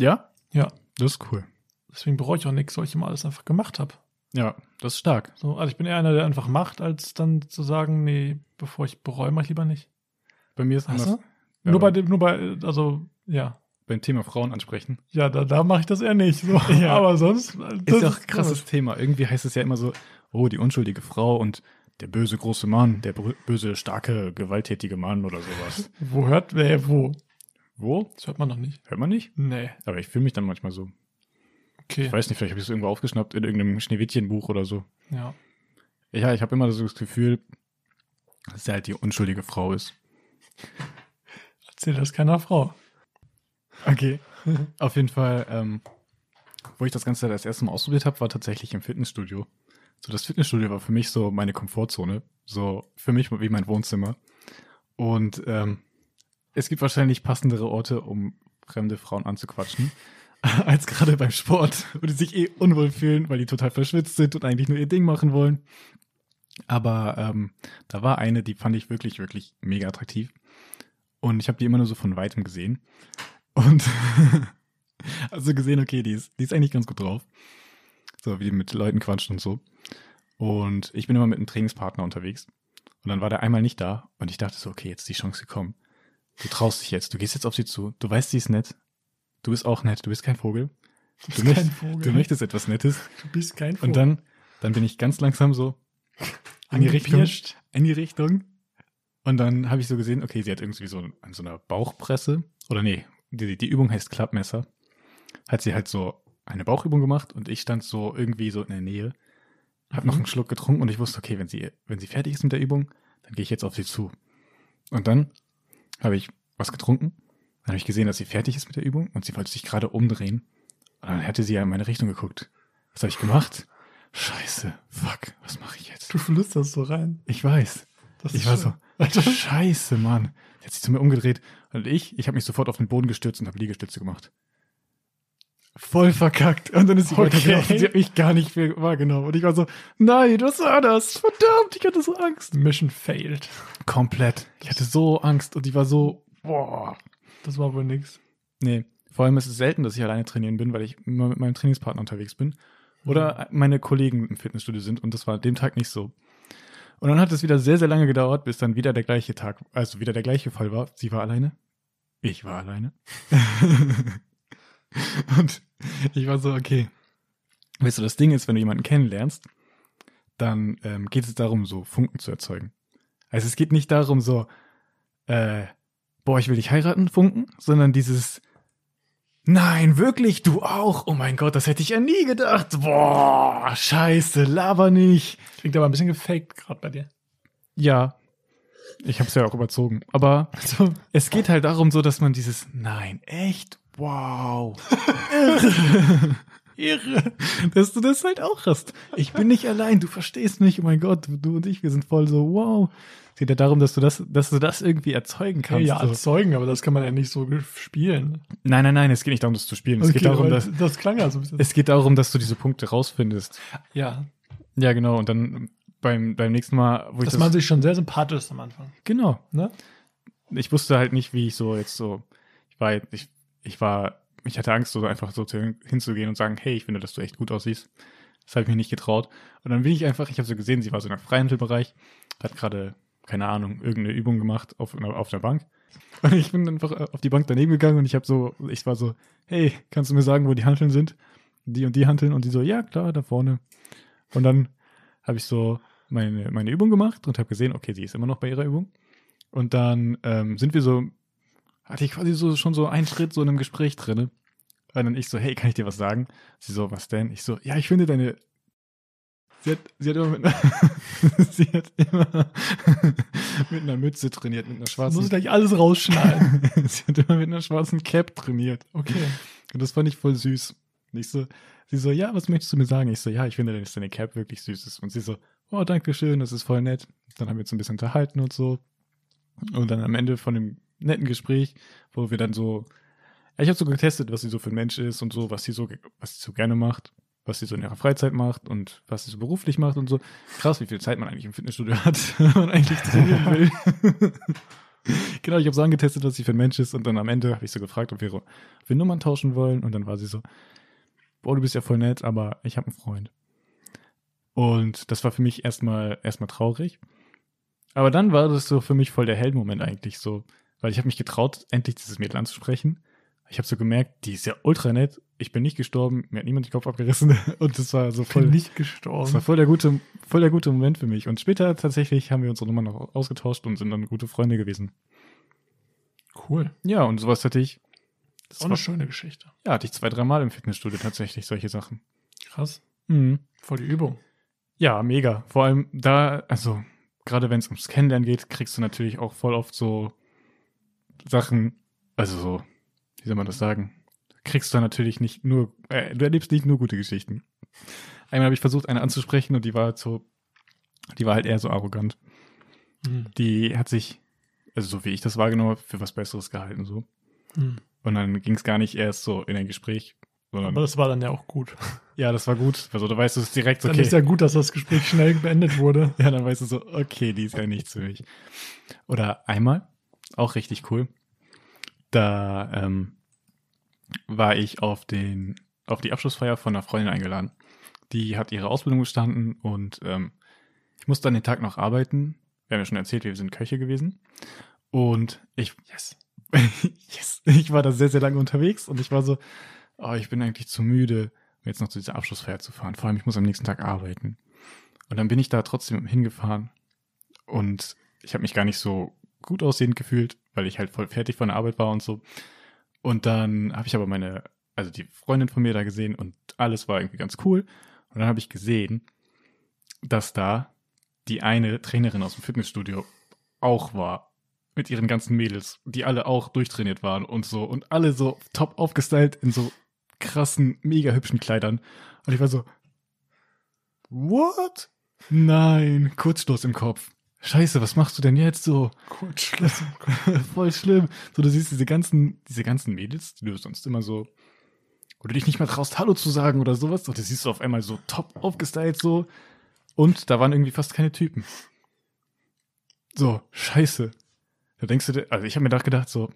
Ja? Ja. Das ist cool. Deswegen bereue ich auch nichts, weil ich immer alles einfach gemacht habe. Ja, das ist stark. So, also ich bin eher einer, der einfach macht, als dann zu sagen, nee, bevor ich bereue, mache ich lieber nicht. Bei mir ist Weißt anders. du? Ja, nur bei aber dem, nur bei, also, ja. beim Thema Frauen ansprechen. Ja, da, da mache ich das eher nicht. So. Ja. Aber sonst. Ist ja auch ein krasses Thema. Irgendwie heißt es ja immer so, oh, die unschuldige Frau und der böse große Mann, der brü- böse, starke, gewalttätige Mann oder sowas. Wo hört wer wo? Wo? Das hört man noch nicht. Hört man nicht? Nee, Aber ich fühle mich dann manchmal so. okay. Ich weiß nicht, vielleicht habe ich es irgendwo aufgeschnappt in irgendeinem Schneewittchenbuch oder so. Ja. Ja, ich habe immer so das Gefühl, dass er halt die unschuldige Frau ist. Erzähl das keiner Frau. Okay. Auf jeden Fall, ähm, wo ich das Ganze das erste Mal ausprobiert habe, war tatsächlich im Fitnessstudio. So, das Fitnessstudio war für mich so meine Komfortzone. So, für mich wie mein Wohnzimmer. Und ähm, es gibt wahrscheinlich passendere Orte, um fremde Frauen anzuquatschen, als gerade beim Sport, wo die sich eh unwohl fühlen, weil die total verschwitzt sind und eigentlich nur ihr Ding machen wollen. Aber ähm, da war eine, die fand ich wirklich, wirklich mega attraktiv. Und ich habe die immer nur so von weitem gesehen. Und Also gesehen, okay, die ist, die ist eigentlich ganz gut drauf. So, wie die mit Leuten quatscht und so. Und ich bin immer mit einem Trainingspartner unterwegs. Und dann war der einmal nicht da. Und ich dachte so, okay, jetzt ist die Chance gekommen. Du traust dich jetzt. Du gehst jetzt auf sie zu. Du weißt, sie ist nett. Du bist auch nett. Du bist kein Vogel. Du, bist möchtest, kein Vogel. du möchtest etwas Nettes. Du bist kein Vogel. Und dann, dann bin ich ganz langsam so in die Richtung. Angepirscht. In die Richtung. Und dann habe ich so gesehen, okay, sie hat irgendwie so an so einer Bauchpresse. Oder nee, die, die Übung heißt Klappmesser. Hat sie halt so eine Bauchübung gemacht und ich stand so irgendwie so in der Nähe. Hab noch einen Schluck getrunken und ich wusste, okay, wenn sie, wenn sie fertig ist mit der Übung, dann gehe ich jetzt auf sie zu. Und dann habe ich was getrunken. Dann habe ich gesehen, dass sie fertig ist mit der Übung und sie wollte sich gerade umdrehen. Und dann hatte sie ja in meine Richtung geguckt. Was habe ich gemacht? Scheiße, fuck, was mache ich jetzt? Du flüsterst so rein. Ich weiß. Das Ich ist war schön. so, scheiße, Mann. Sie hat sich zu mir umgedreht. Und ich, ich habe mich sofort auf den Boden gestürzt und habe Liegestütze gemacht. Voll verkackt. Und dann ist sie Okay. weitergelaufen. Sie hat mich gar nicht mehr wahrgenommen. Und ich war so, nein, was war das? Verdammt, ich hatte so Angst. Mission failed. Komplett. Ich hatte so Angst und die war so, boah. Das war wohl nix. Nee, vor allem ist es selten, dass ich alleine trainieren bin, weil ich immer mit meinem Trainingspartner unterwegs bin. Oder meine Kollegen im Fitnessstudio sind und das war an dem Tag nicht so. Und dann hat es wieder sehr, sehr lange gedauert, bis dann wieder der gleiche Tag, also wieder der gleiche Fall war. Sie war alleine. Ich war alleine. und ich war so, okay. Weißt du, das Ding ist, wenn du jemanden kennenlernst, dann ähm, geht es darum, so Funken zu erzeugen. Also es geht nicht darum, so, äh, boah, ich will dich heiraten, Funken, sondern dieses, nein, wirklich, du auch, oh mein Gott, das hätte ich ja nie gedacht, boah, scheiße, laber nicht. Klingt aber ein bisschen gefaked gerade bei dir. Ja, ich hab's ja auch überzogen, aber Also, es geht halt darum so, dass man dieses, nein, echt, wow, irre, irre, dass du das halt auch hast. Ich bin nicht allein, du verstehst mich, oh mein Gott, du und ich, wir sind voll so, wow. Es geht ja darum, dass du das, dass du das irgendwie erzeugen kann kannst. ja so. erzeugen, aber das kann man ja nicht so ge- spielen. also- Nein, nein, nein, es geht nicht darum, das zu spielen. Es geht darum, weil dass, Das klang also ein bisschen. es geht darum, dass du diese Punkte rausfindest. ja, Ja, genau. Und dann beim, beim nächsten Mal, wo ich dass man sich schon sehr sympathisch ist am Anfang. genau. Ne? Ich wusste halt nicht, wie ich so jetzt so, ich war, ich, ich war, ich hatte Angst, so einfach so zu, hinzugehen und sagen, hey, ich finde, dass du echt gut aussiehst. Das habe ich mir nicht getraut. Und dann bin ich einfach, ich habe so gesehen, sie war so im Freihandelbereich, hat gerade, keine Ahnung, irgendeine Übung gemacht auf, einer- auf der Bank. Und ich bin einfach äh, auf die Bank daneben gegangen und ich habe so, ich war so, hey, kannst du mir sagen, wo die Hanteln sind? Die und die Hanteln und die so, ja klar, da vorne. Und dann habe ich so meine, meine Übung gemacht und habe gesehen, okay, sie ist immer noch bei ihrer Übung. Und dann ähm, sind wir so, hatte ich quasi so schon so einen Schritt so in einem Gespräch drinne. Und dann ich so, hey, kann ich dir was sagen? Sie so, was denn? Ich so, ja, ich finde deine. Sie hat, sie hat immer mit einer, sie hat immer mit einer Mütze trainiert, mit einer Das schwarzen muss ich gleich alles rausschneiden. sie hat immer mit einer schwarzen Cap trainiert. Okay. Und das fand ich voll süß. Und ich so, sie so, ja, was möchtest du mir sagen? Ich so, ja, ich finde, dass deine Cap wirklich süß ist. Und sie so, oh, danke schön, das ist voll nett. Dann haben wir uns ein bisschen unterhalten und so. Und dann am Ende von dem netten Gespräch, wo wir dann so, ich habe so getestet, was sie so für ein Mensch ist und so, was sie so, ge- was sie so gerne macht, was sie so in ihrer Freizeit macht und was sie so beruflich macht und so. Krass, wie viel Zeit man eigentlich im Fitnessstudio hat, wenn man eigentlich trainieren will. genau, ich habe so angetestet, was sie für ein Mensch ist und dann am Ende habe ich so gefragt, ob wir, ob wir Nummern tauschen wollen und dann war sie so, boah, du bist ja voll nett, aber ich habe einen Freund. Und das war für mich erstmal erstmal traurig. Aber dann war das so für mich voll der Heldenmoment eigentlich so, weil ich habe mich getraut, endlich dieses Mädel anzusprechen. Ich habe so gemerkt, die ist ja ultra nett. Ich bin nicht gestorben, mir hat niemand den Kopf abgerissen und das war so Ich bin voll nicht das war gestorben. voll der gute, voll der gute Moment für mich. Und später tatsächlich haben wir unsere Nummern noch ausgetauscht und sind dann gute Freunde gewesen. Cool. Ja, und sowas hatte ich. Das Das ist auch eine war, schöne Geschichte. ja, hatte ich zwei, dreimal im Fitnessstudio tatsächlich solche Sachen. Krass. Mhm. Voll die Übung. Ja, mega. Vor allem da, also gerade wenn es ums Kennenlernen geht, kriegst du natürlich auch voll oft so Sachen, also so, wie soll man das sagen? Kriegst du natürlich nicht nur, äh, du erlebst nicht nur gute Geschichten. Einmal habe ich versucht, eine anzusprechen und die war so, die war halt eher so arrogant. Hm. die hat sich, also so wie ich das wahrgenommen habe, für was Besseres gehalten so. Hm. Und dann ging es gar nicht erst so in ein Gespräch, sondern Aber das war dann ja auch gut. ja, das war gut. Also da weißt du es direkt, Dann okay. ist ja gut, dass das Gespräch schnell beendet wurde. ja, dann weißt du so, okay, die ist ja nichts für mich. Oder einmal, auch richtig cool, da ähm, war ich auf, den, auf die Abschlussfeier von einer Freundin eingeladen. Die hat ihre Ausbildung bestanden und ähm, ich musste dann den Tag noch arbeiten. Wir haben ja schon erzählt, wir sind Köche gewesen. Und ich, yes, yes, ich war da sehr, sehr lange unterwegs und ich war so, oh, ich bin eigentlich zu müde, um jetzt noch zu dieser Abschlussfeier zu fahren. Vor allem, ich muss am nächsten Tag arbeiten. Und dann bin ich da trotzdem hingefahren und ich habe mich gar nicht so gut aussehend gefühlt, weil ich halt voll fertig von der Arbeit war und so. Und dann habe ich aber meine, also die Freundin von mir da gesehen und alles war irgendwie ganz cool. Und dann habe ich gesehen, dass da die eine Trainerin aus dem Fitnessstudio auch war. Mit ihren ganzen Mädels, die alle auch durchtrainiert waren und so. Und alle so top aufgestylt in so krassen, mega hübschen Kleidern. Und ich war so, what? Nein, Kurzstoß im Kopf. Scheiße, was machst du denn jetzt so? Kurzschluss. Voll schlimm. So, du siehst diese ganzen, diese ganzen Mädels, die du sonst immer so, wo du dich nicht mal traust, Hallo zu sagen oder sowas. Und das siehst du auf einmal so top aufgestylt so. Und da waren irgendwie fast keine Typen. So, scheiße. Da denkst du, dir- also ich habe mir gedacht so,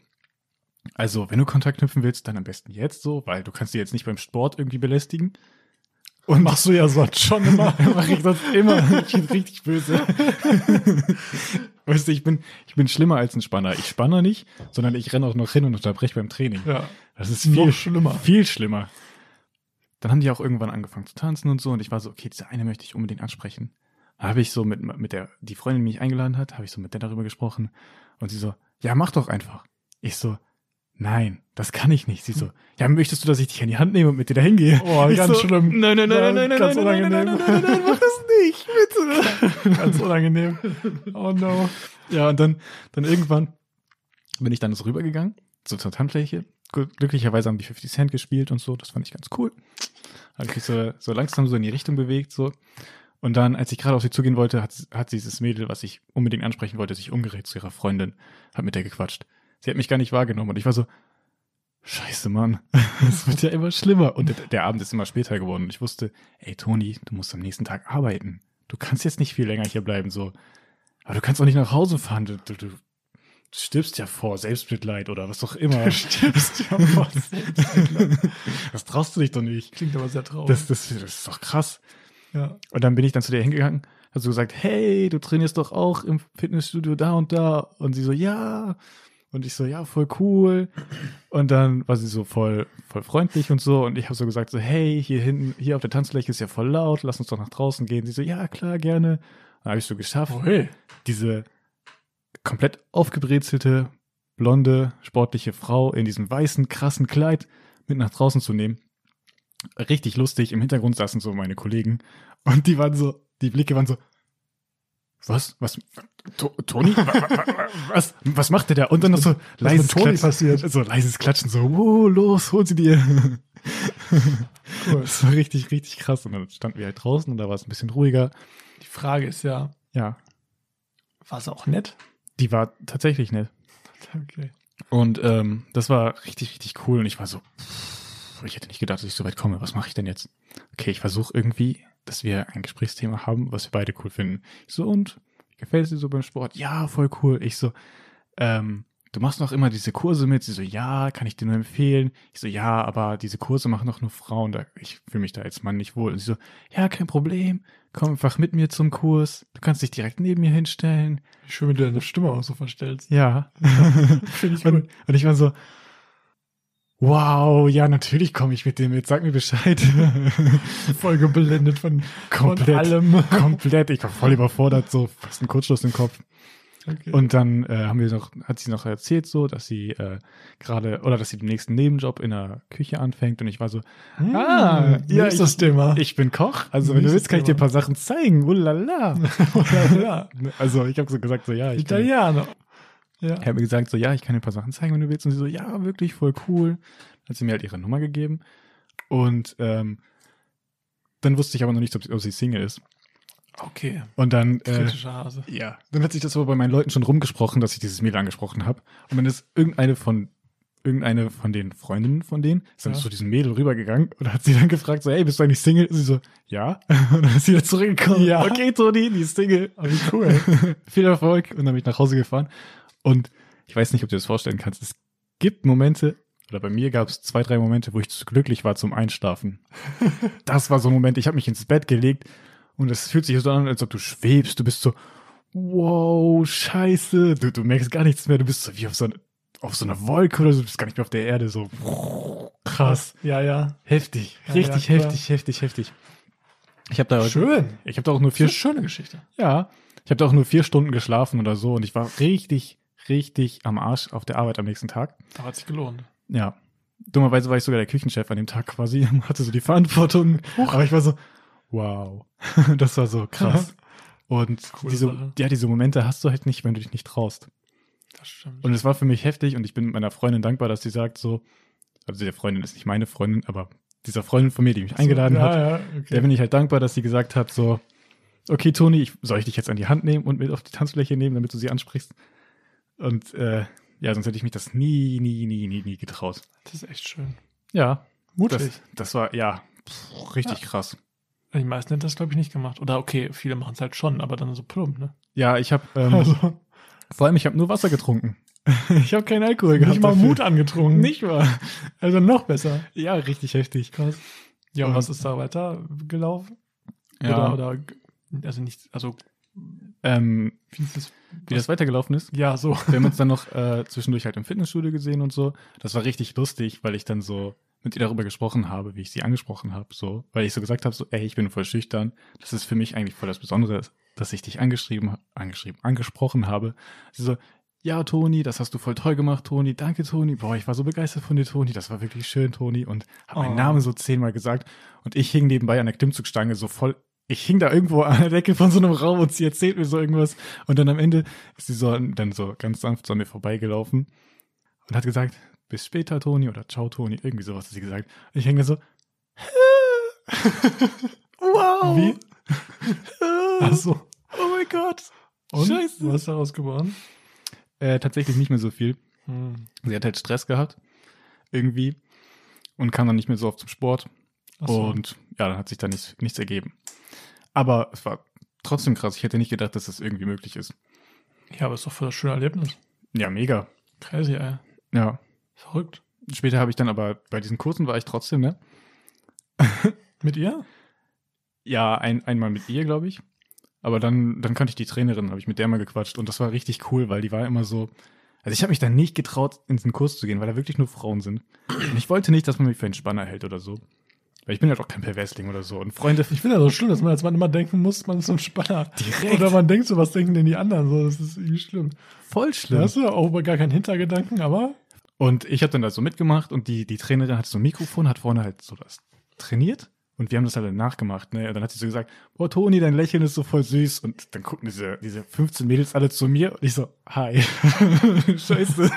also wenn du Kontakt knüpfen willst, dann am besten jetzt so, weil du kannst die jetzt nicht beim Sport irgendwie belästigen. Und Machst du ja sonst schon immer. Mach ich sonst immer. Ich bin richtig böse. weißt du, ich bin, ich bin schlimmer als ein Spanner. Ich spanner nicht, sondern ich renne auch noch hin und unterbreche beim Training. ja. Das ist Noch viel schlimmer. Viel schlimmer. Dann haben die auch irgendwann angefangen zu tanzen und so und ich war so, okay, diese eine möchte ich unbedingt ansprechen. Da habe ich so mit, mit der, die Freundin, die mich eingeladen hat, habe ich so mit der darüber gesprochen und sie so, ja, mach doch einfach. Ich so, nein, das kann ich nicht. Sie so, ja, möchtest du, dass ich dich an die Hand nehme und mit dir dahin gehe? Oh, Ich ganz so, schlimm. Nein, nein, nein, Ja, nein, nein, ganz nein, nein, nein, nein, unangenehm. nein, nein, nein, mach das nicht, bitte. Ganz unangenehm. Oh no. Ja, und dann, dann irgendwann bin ich dann so rübergegangen, so zur Tanzfläche. Gl- Glücklicherweise haben die 50 Cent gespielt und so, das fand ich ganz cool. Habe ich mich so, so langsam so in die Richtung bewegt, so. Und dann, als ich gerade auf sie zugehen wollte, hat, hat dieses Mädel, was ich unbedingt ansprechen wollte, sich umgerät zu ihrer Freundin, hat mit der gequatscht. Sie hat mich gar nicht wahrgenommen und ich war so, scheiße, Mann, es wird ja immer schlimmer. Und der, der Abend ist immer später geworden und ich wusste, ey, Toni, du musst am nächsten Tag arbeiten. Du kannst jetzt nicht viel länger hier bleiben, so. Aber du kannst auch nicht nach Hause fahren. Du, du, du stirbst ja vor Selbstmitleid oder was auch immer. Stirbst ja vor Selbstmitleid. das traust du dich doch nicht. Klingt aber sehr traurig. Das, das, das ist doch krass. ja. Und dann bin ich dann zu dir hingegangen, hast du gesagt, hey, du trainierst doch auch im Fitnessstudio da und da. Und sie so, ja. Und ich so, ja, voll cool. Und dann war sie so voll, voll freundlich und so. Und ich habe so gesagt, so, hey, hier hinten, hier auf der Tanzfläche ist ja voll laut, lass uns doch nach draußen gehen. Sie so, ja, klar, gerne. Dann habe ich so geschafft Oh, hey. diese komplett aufgebrezelte, blonde, sportliche Frau in diesem weißen, krassen Kleid mit nach draußen zu nehmen. Richtig lustig. Im Hintergrund saßen so meine Kollegen und die waren so, die Blicke waren so, was, was, To- Toni, Wa- wa- wa- was, was macht der da? Und dann noch so Was leises mit Toni Klatschen, passiert? so leises Klatschen, so, wow, los, hol sie dir. Cool. Das war richtig, richtig krass. Und dann standen wir halt draußen und da war es ein bisschen ruhiger. Die Frage ist ja, Ja, war es auch nett? die war tatsächlich nett. Okay. Und ähm, das war richtig, richtig cool. Und ich war so, pff, ich hätte nicht gedacht, dass ich so weit komme. Was mache ich denn jetzt? Okay, ich versuche irgendwie, dass wir ein Gesprächsthema haben, was wir beide cool finden. Ich so, und? Gefällt es dir so beim Sport? Ja, voll cool. Ich so, ähm, du machst noch immer diese Kurse mit? Sie so, ja, kann ich dir nur empfehlen. Ich so, ja, aber diese Kurse machen doch nur Frauen. Da, ich fühle mich da als Mann nicht wohl. Und sie so, ja, kein Problem. Komm einfach mit mir zum Kurs. Du kannst dich direkt neben mir hinstellen. Schön, wenn du deine Stimme auch so verstellst. Ja. Finde ich Und, und ich war so, wow, ja, natürlich komme ich mit dem mit, sag mir Bescheid. Voll geblendet von, von komplett, allem. komplett, ich war voll überfordert, so fast ein Kurzschluss im Kopf. Okay. Und dann äh, haben wir noch, hat sie noch erzählt so, dass sie äh, gerade, oder dass sie den nächsten Nebenjob in der Küche anfängt und ich war so, ah, ja, ist das Thema. ich bin Koch, also wenn du willst, kann ich dir ein paar Sachen zeigen, ulala. ja, Also ich habe so gesagt, so ja, ich kann, Italiano. Ja. Ich habe mir gesagt, so, ja, ich kann dir ein paar Sachen zeigen, wenn du willst. Und sie so, ja, wirklich voll cool. Dann hat sie mir halt ihre Nummer gegeben. Und ähm, dann wusste ich aber noch nicht, ob sie, ob sie Single ist. Okay. Und dann, äh, Kritischer Hase. ja, dann hat sich das aber bei meinen Leuten schon rumgesprochen, dass ich dieses Mädel angesprochen habe. Und dann ist irgendeine von irgendeine von den Freundinnen von denen ist dann Ja. zu diesem Mädel rübergegangen und hat sie dann gefragt, so, hey, bist du eigentlich Single? Und sie so, ja. Und dann ist sie wieder zurückgekommen. Ja. Okay, Toni, die ist Single. Aber Ah, wie cool. Viel Erfolg. Und dann bin ich nach Hause gefahren. Und ich weiß nicht, ob du dir das vorstellen kannst. Es gibt Momente, oder bei mir gab es zwei, drei Momente, wo ich zu glücklich war zum Einschlafen. das war so ein Moment, ich habe mich ins Bett gelegt und es fühlt sich so an, als ob du schwebst. Du bist so, wow, scheiße. Du, du merkst gar nichts mehr. Du bist so wie auf so, auf so einer Wolke oder so. Du bist gar nicht mehr auf der Erde. So, krass. Ja, ja. Heftig. Ja, Richtig ja, klar. heftig, heftig, heftig. Ich habe da, Schön. ich hab da auch nur Vier vier schöne Geschichte. ja, ich habe da auch nur vier Stunden geschlafen oder so und ich war richtig, richtig am Arsch auf der Arbeit am nächsten Tag. Aber hat sich gelohnt. Ja. Dummerweise war ich sogar der Küchenchef an dem Tag quasi, hatte so die Verantwortung. Aber ich war so, wow. das war so krass. Und Coole Sache. diese, ja, diese Momente hast du halt nicht, wenn du dich nicht traust. Das stimmt. Und es war für mich heftig und ich bin meiner Freundin dankbar, dass sie sagt so, also der Freundin ist nicht meine Freundin, aber dieser Freundin von mir, die mich eingeladen ja, hat, Ja, okay. der bin ich halt dankbar, dass sie gesagt hat, so, okay, Toni, ich, soll ich dich jetzt an die Hand nehmen und mit auf die Tanzfläche nehmen, damit du sie ansprichst? Und äh, ja, sonst hätte ich mich das nie, nie, nie, nie, nie getraut. das ist echt schön. Ja, Mutig. das, das war, ja, pff, richtig krass. die meisten hätten das, glaube ich, nicht gemacht. Oder okay, viele machen es halt schon, aber dann so plump, ne? Ja, ich habe, ähm, Also, vor allem, ich habe nur Wasser getrunken. ich habe keinen Alkohol gehabt. nicht mal dafür. Mut angetrunken. Nicht mal. Also noch besser. Ja, richtig heftig. Krass. Ja, und Ähm, was ist da weiter gelaufen? Ja, Oder, oder, also nicht, also, ähm, wie ist das? wie das weitergelaufen ist. Ja, so. Wir haben uns dann noch äh, zwischendurch halt im Fitnessstudio gesehen und so. Das war richtig lustig, weil ich dann so mit ihr darüber gesprochen habe, wie ich sie angesprochen habe, so, weil ich so gesagt habe, so, ey, ich bin voll schüchtern. Das ist für mich eigentlich voll das Besondere, dass ich dich angeschrieben, angeschrieben, angesprochen habe. Sie so, ja, Toni, das hast du voll toll gemacht, Toni. Danke, Toni. Boah, ich war so begeistert von dir, Toni. Das war wirklich schön, Toni. Und habe Oh. meinen Namen so zehnmal gesagt. Und ich hing nebenbei an der Klimmzugstange so voll. Ich hing da irgendwo an der Decke von so einem Raum und sie erzählt mir so irgendwas. Und dann am Ende ist sie so, dann so ganz sanft so an mir vorbeigelaufen und hat gesagt, bis später, Toni, oder ciao, Toni. Irgendwie sowas hat sie gesagt. Und ich hänge so, Wow. Wie? Ach oh so. mein Gott. Und? Scheiße. Was ist daraus geworden? Äh, tatsächlich nicht mehr so viel. Hm. Sie hat halt Stress gehabt. Irgendwie. Und kam dann nicht mehr so oft zum Sport. Ach so. Und ja, dann hat sich da nichts, nichts ergeben. Aber es war trotzdem krass. Ich hätte nicht gedacht, dass das irgendwie möglich ist. Ja, aber ist doch voll das schöne Erlebnis. Ja, mega. Crazy, ey. Ja. Verrückt. Später habe ich dann aber, bei diesen Kursen war ich trotzdem, ne? Mit ihr? Ja, ein, einmal mit ihr, glaube ich. Aber dann, dann kannte ich die Trainerin, habe ich mit der mal gequatscht. Und das war richtig cool, weil die war immer so. Also ich habe mich dann nicht getraut, in den Kurs zu gehen, weil da wirklich nur Frauen sind. Und ich wollte nicht, dass man mich für einen Spanner hält oder so. Weil ich bin ja doch kein Perversling oder so. Und Freunde, Ich finde das so schlimm, dass man als Mann immer denken muss, man ist so ein Spanner. Direkt. Oder man denkt so, was denken denn die anderen? So, das ist irgendwie schlimm. voll Da schlimm. hast du auch gar keinen Hintergedanken, aber Und ich habe dann da so mitgemacht und die, die Trainerin hat so ein Mikrofon, hat vorne halt so das trainiert und wir haben das halt dann nachgemacht. Ne? Und dann hat sie so gesagt, boah Toni, dein Lächeln ist so voll süß. Und dann gucken diese, diese 15 Mädels alle zu mir und ich so, hi. Scheiße.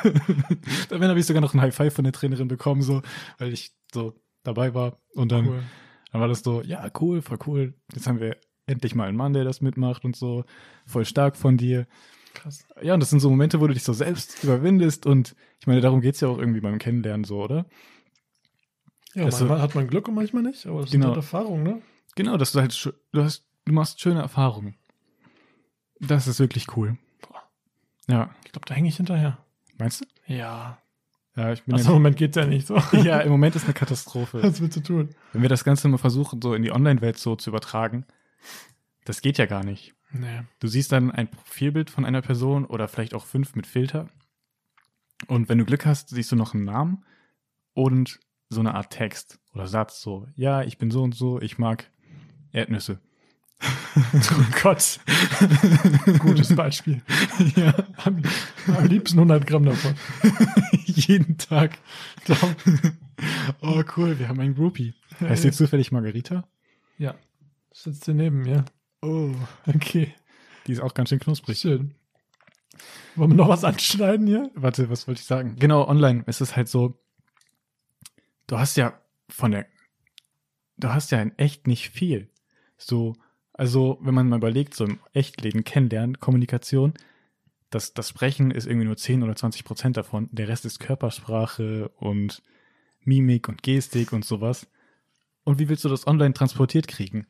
dann habe ich sogar noch ein High Five von der Trainerin bekommen, so, weil ich so dabei war. Und dann, cool. dann war das so, ja cool, voll cool. Jetzt haben wir endlich mal einen Mann, der das mitmacht und so. Voll stark von dir Krass. ja, und das sind so Momente, wo du dich so selbst überwindest und ich meine, darum geht's ja auch irgendwie beim Kennenlernen so, oder? Ja, Also- manchmal hat man Glück und manchmal nicht, aber das Genau. ist halt Erfahrung, ne? Genau, dass du halt, sch- du hast, du machst schöne Erfahrungen. Das ist wirklich cool. Boah. Ja, Ich glaube, da hänge ich hinterher. meinst du? Ja. Ja, ich bin Also im Moment geht's ja nicht so. ja, ja, im Moment ist eine Katastrophe. Was willst du tun? Wenn wir das Ganze mal versuchen, so in die Online-Welt so zu übertragen, das geht ja gar nicht. Nee. Du siehst dann ein Profilbild von einer Person oder vielleicht auch fünf mit Filter. Und wenn du Glück hast, siehst du noch einen Namen und so eine Art Text oder Satz. So, ja, ich bin so und so, ich mag Erdnüsse. Oh Gott. Gutes Beispiel. ja. Am, am liebsten 100 Gramm davon. Jeden Tag. oh, cool, wir haben einen Groupie. Heißt die zufällig Margarita? Ja. Sitzt hier neben mir. Oh. Okay. Die ist auch ganz schön knusprig. Schön. Wollen wir noch was anschneiden hier? warte, was wollte ich sagen? Genau, online ist es halt so, du hast ja von der, du hast ja in echt nicht viel. So, also, wenn man mal überlegt, so im Echtleben kennenlernen, Kommunikation, das, das Sprechen ist irgendwie nur 10 oder 20 Prozent davon. Der Rest ist Körpersprache und Mimik und Gestik und sowas. Und wie willst du das online transportiert kriegen?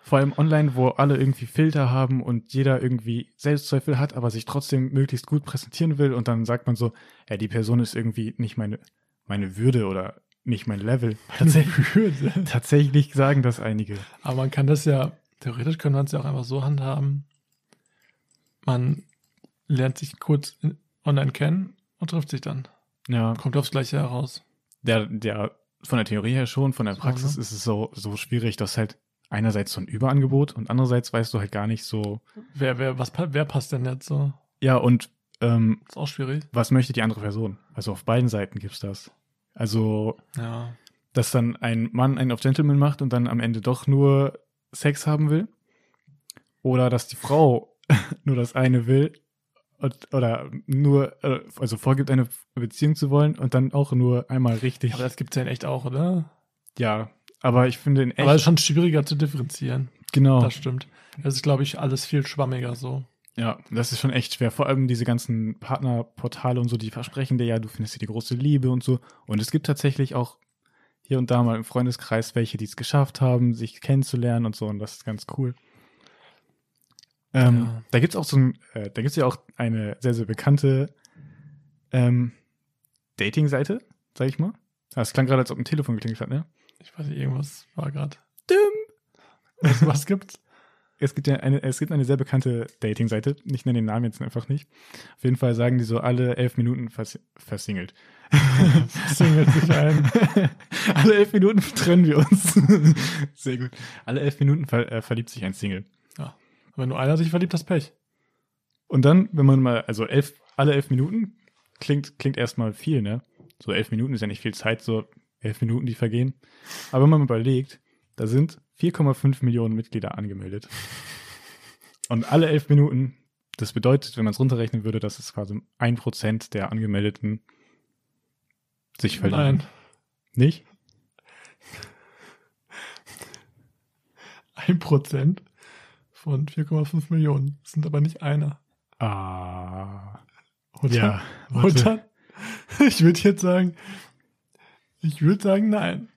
Vor allem online, wo alle irgendwie Filter haben und jeder irgendwie Selbstzweifel hat, aber sich trotzdem möglichst gut präsentieren will und dann sagt man so, ja, die Person ist irgendwie nicht meine, meine Würde oder nicht mein Level. Tatsächlich. Würde. Tatsächlich sagen das einige. Aber man kann das ja, theoretisch könnte man es ja auch einfach so handhaben. Man lernt sich kurz in- online kennen und trifft sich dann. Ja, Kommt aufs Gleiche heraus. der, der, von der Theorie her schon, von der So, Praxis ne? ist es so, so schwierig, dass halt einerseits so ein Überangebot und andererseits weißt du halt gar nicht so, Wer, wer, was, pa- wer passt denn jetzt so? ja, und ähm, Ist auch schwierig. was möchte die andere Person? Also auf beiden Seiten gibt's das. Also, Ja. dass dann ein Mann einen auf Gentleman macht und dann am Ende doch nur Sex haben will. Oder dass die Frau nur das eine will und, oder nur, äh, also vorgibt, eine Beziehung zu wollen und dann auch nur einmal richtig. Aber das gibt es ja in echt auch, oder? ja, aber ich finde in echt, Aber es ist schon schwieriger zu differenzieren. genau. Das stimmt. Das ist, glaube ich, alles viel schwammiger so. Ja, das ist schon echt schwer. Vor allem diese ganzen Partnerportale und so, die versprechen dir ja, du findest hier die große Liebe und so. Und es gibt tatsächlich auch hier und da mal im Freundeskreis welche, die es geschafft haben, sich kennenzulernen und so. Und das ist ganz cool. Ähm, Ja. Da gibt's auch so ein, äh, da gibt's ja auch eine sehr, sehr bekannte ähm, Dating-Seite, sag ich mal. Das klang gerade, als ob ein Telefon geklingelt hat, ne? Ich weiß nicht, irgendwas war gerade. Was, was gibt's? Es gibt ja eine, es gibt eine sehr bekannte Dating-Seite. Ich nenne den Namen jetzt einfach nicht. Auf jeden Fall sagen die so alle elf Minuten vers versingelt. Singelt sich ein. alle elf Minuten trennen wir uns. sehr gut. Alle elf Minuten ver äh, verliebt sich ein Single. Wenn nur einer sich verliebt, das Pech. Und dann, wenn man mal, also elf, alle elf Minuten klingt, klingt erstmal viel, ne? So elf Minuten ist ja nicht viel Zeit, so elf Minuten, die vergehen. Aber wenn man mal überlegt, da sind 4,5 Millionen Mitglieder angemeldet. Und alle elf Minuten, das bedeutet, wenn man es runterrechnen würde, dass es quasi ein Prozent der Angemeldeten sich verlieben. Nein. Nicht? Ein Prozent von 4,5 Millionen. Das sind aber nicht einer. Ah. Und Ja. dann, und dann ich würde jetzt sagen, ich würde sagen, nein.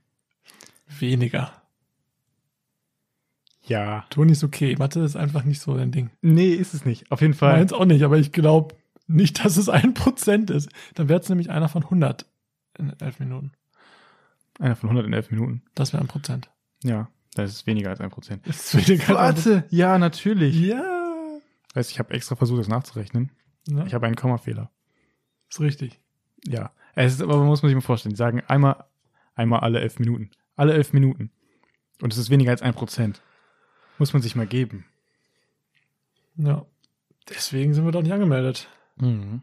Weniger. Ja. Toni ist okay. Mathe ist einfach nicht so dein Ding. Nee, ist es nicht. Auf jeden Fall. Meins auch nicht, aber ich glaube nicht, dass es ein Prozent ist. Dann wäre es nämlich einer von 100 in elf Minuten. Einer von 100 in elf Minuten. Das wäre ein Prozent. Ja. Das ist weniger als ein Prozent. Das ist weniger als ein Warte, ja, Prozent. natürlich. Ja. Weißt du, ich habe extra versucht, das nachzurechnen. Ne? Ich habe einen Kommafehler. ist richtig. Ja. Es ist, aber man muss man sich mal vorstellen, die sagen einmal, einmal alle elf Minuten. Alle elf Minuten. Und es ist weniger als ein Prozent. Muss man sich mal geben. Ja. Deswegen sind wir doch nicht angemeldet. Mhm.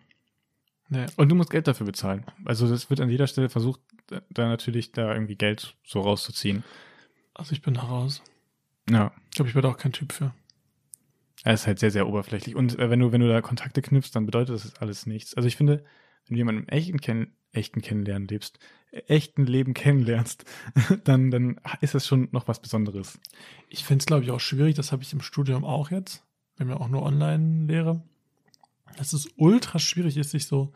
Nee. Und du musst Geld dafür bezahlen. Also das wird an jeder Stelle versucht, da- da natürlich da irgendwie Geld so rauszuziehen. Also ich bin da raus. Ja. Ich glaube, ich werde auch kein Typ für. Es ist halt sehr, sehr oberflächlich. Und äh, wenn du, wenn du da Kontakte knüpfst, dann bedeutet das alles nichts. Also ich finde, wenn du jemanden im echten, Ken echten Kennenlernen lebst, äh, echten Leben kennenlernst, dann, dann ist das schon noch was Besonderes. Ich finde es, glaube ich, auch schwierig. Das habe ich im Studium auch jetzt. Wir haben ja auch nur Online-Lehre. Dass es ultra schwierig ist, sich so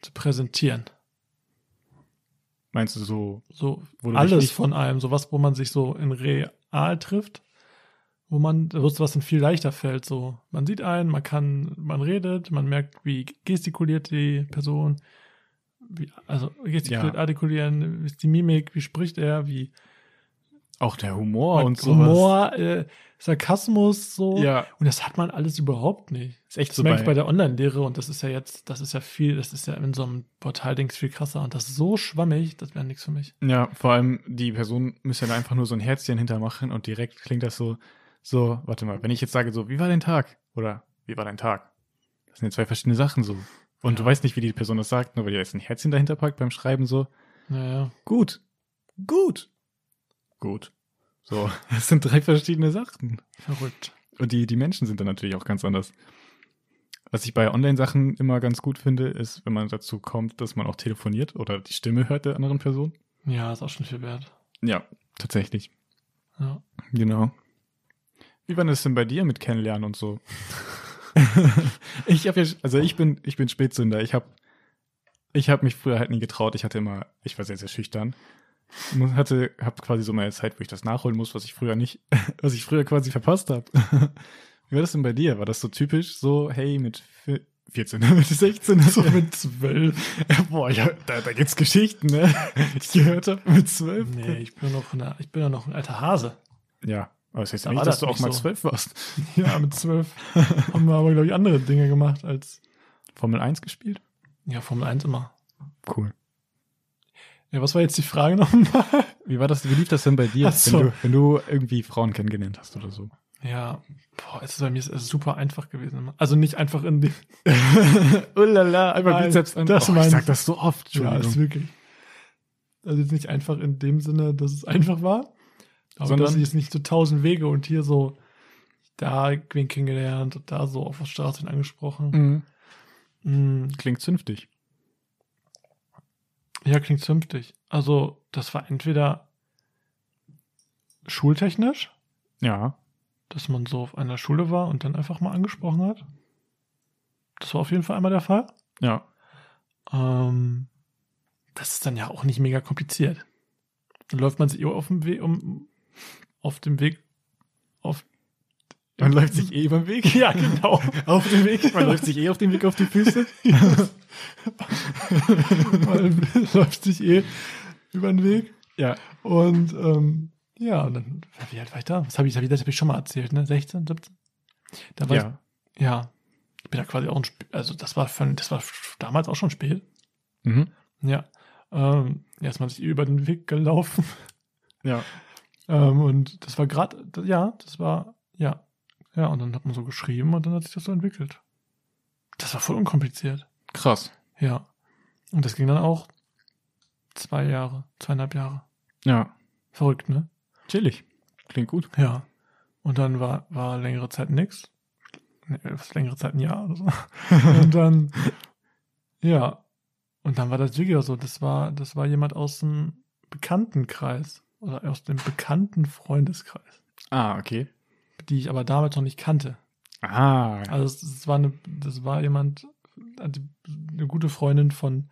zu präsentieren. Meinst du so, So wo du dich alles nicht- von allem. Sowas, wo man sich so in real trifft. Wo man, wo es was dann viel leichter fällt. So, man sieht einen, man kann, man redet, man merkt, wie gestikuliert die Person. Wie, also gestikuliert, Ja. artikulieren, wie ist die Mimik, wie spricht er, wie auch der Humor Man- Oh, und sowas? Humor, äh, Sarkasmus, so. Ja, Und das hat man alles überhaupt nicht. ist echt Das so merke ich bei bei, der Online-Lehre und das ist ja jetzt, das ist ja viel, das ist ja in so einem Portal-Dings viel krasser und das ist so schwammig, das wäre nichts für mich. Ja, vor allem die Person müsste ja da einfach nur so ein Herzchen hintermachen und direkt klingt das so, so, warte mal, wenn ich jetzt sage so, wie war dein Tag? Oder wie war dein Tag? Das sind ja zwei verschiedene Sachen so. Und du weißt nicht, wie die Person das sagt, nur weil ihr jetzt ein Herzchen dahinter packt beim Schreiben so. Naja. Gut. Gut. Gut. So, das sind drei verschiedene Sachen. Verrückt. Und die, die Menschen sind dann natürlich auch ganz anders. Was ich bei Online-Sachen immer ganz gut finde, ist, wenn man dazu kommt, dass man auch telefoniert oder die Stimme hört der anderen Person. Ja, ist auch schon viel wert. Ja, tatsächlich. Ja. Genau. Wie war das denn bei dir mit Kennenlernen und so? ich habe ja, also ich bin, ich bin Spätzünder. Ich habe, ich habe mich früher halt nie getraut. Ich hatte immer, ich war sehr, sehr schüchtern. Mu- Hatte, habe quasi so meine Zeit, wo ich das nachholen muss, was ich früher nicht, was ich früher quasi verpasst habe. Wie war das denn bei dir? War das so typisch so, hey, mit vi- 14, mit 16, also mit 12. Boah, ja, da, da gibt's Geschichten, ne? Ich gehört habe mit 12. Nee, ich bin noch, na, ich bin ja noch ein alter Hase. Ja, aber das heißt Da nicht, war dass das du auch nicht mal so. 12 warst. Ja, mit 12 haben wir aber, glaube ich, andere Dinge gemacht als Formel 1 gespielt? ja, Formel 1 immer. Cool. Ja, was war jetzt die Frage nochmal? Wie war das, wie lief das denn bei dir, Ach so. wenn, du, wenn du irgendwie Frauen kennengelernt hast oder so? Ja, boah, es ist bei mir es ist super einfach gewesen. immer. Also nicht einfach in dem. Ullala, einmal Nein, Bizeps an. das oh, ich mein- sag das so oft, Ja, Entschuldigung. ist wirklich. Also jetzt nicht einfach in dem Sinne, dass es einfach war, aber Sondern- dass ich es nicht so tausend Wege und hier so da wen kennengelernt und da so auf der Straße wen angesprochen. Mhm. Mm, Klingt zünftig. Ja, klingt zünftig. Also das war entweder schultechnisch, Ja. dass man so auf einer Schule war und dann einfach mal angesprochen hat. Das war auf jeden Fall einmal der Fall. Ja. Ähm, das ist dann ja auch nicht mega kompliziert. Dann läuft man sich eh auf dem Weg, um, auf dem Weg, auf, Man läuft sich eh über den Weg. ja, genau, Auf den Weg. Man läuft sich eh auf den Weg auf die Füße. man läuft sich eh über den Weg. Ja. Und, ähm, ja, und dann, wie alt war ich da? Was habe ich, hab ich, das habe ich schon mal erzählt, ne? 16, 17? Da war Ja. ich, ja, ich bin da quasi auch ein, Sp- also das war, von, das war damals auch schon spät. Mhm. Ja, ähm, erstmal sich über den Weg gelaufen. Ja. Ähm, und das war gerade, ja, das war, ja. Ja, und dann hat man so geschrieben und dann hat sich das so entwickelt. Das war voll unkompliziert. Krass. Ja. Und das ging dann auch zwei Jahre, zweieinhalb Jahre. Ja. Verrückt, ne? Chillig. Klingt gut. Ja. Und dann war, war längere Zeit nix. Nee, was längere Zeit ein Jahr oder so. Und dann, ja. Und dann war das Video so, das war, das war jemand aus dem Bekanntenkreis oder aus dem bekannten Freundeskreis. Ah, okay. die ich aber damals noch nicht kannte. Ah. Also es, es war eine, das war jemand, also eine gute Freundin von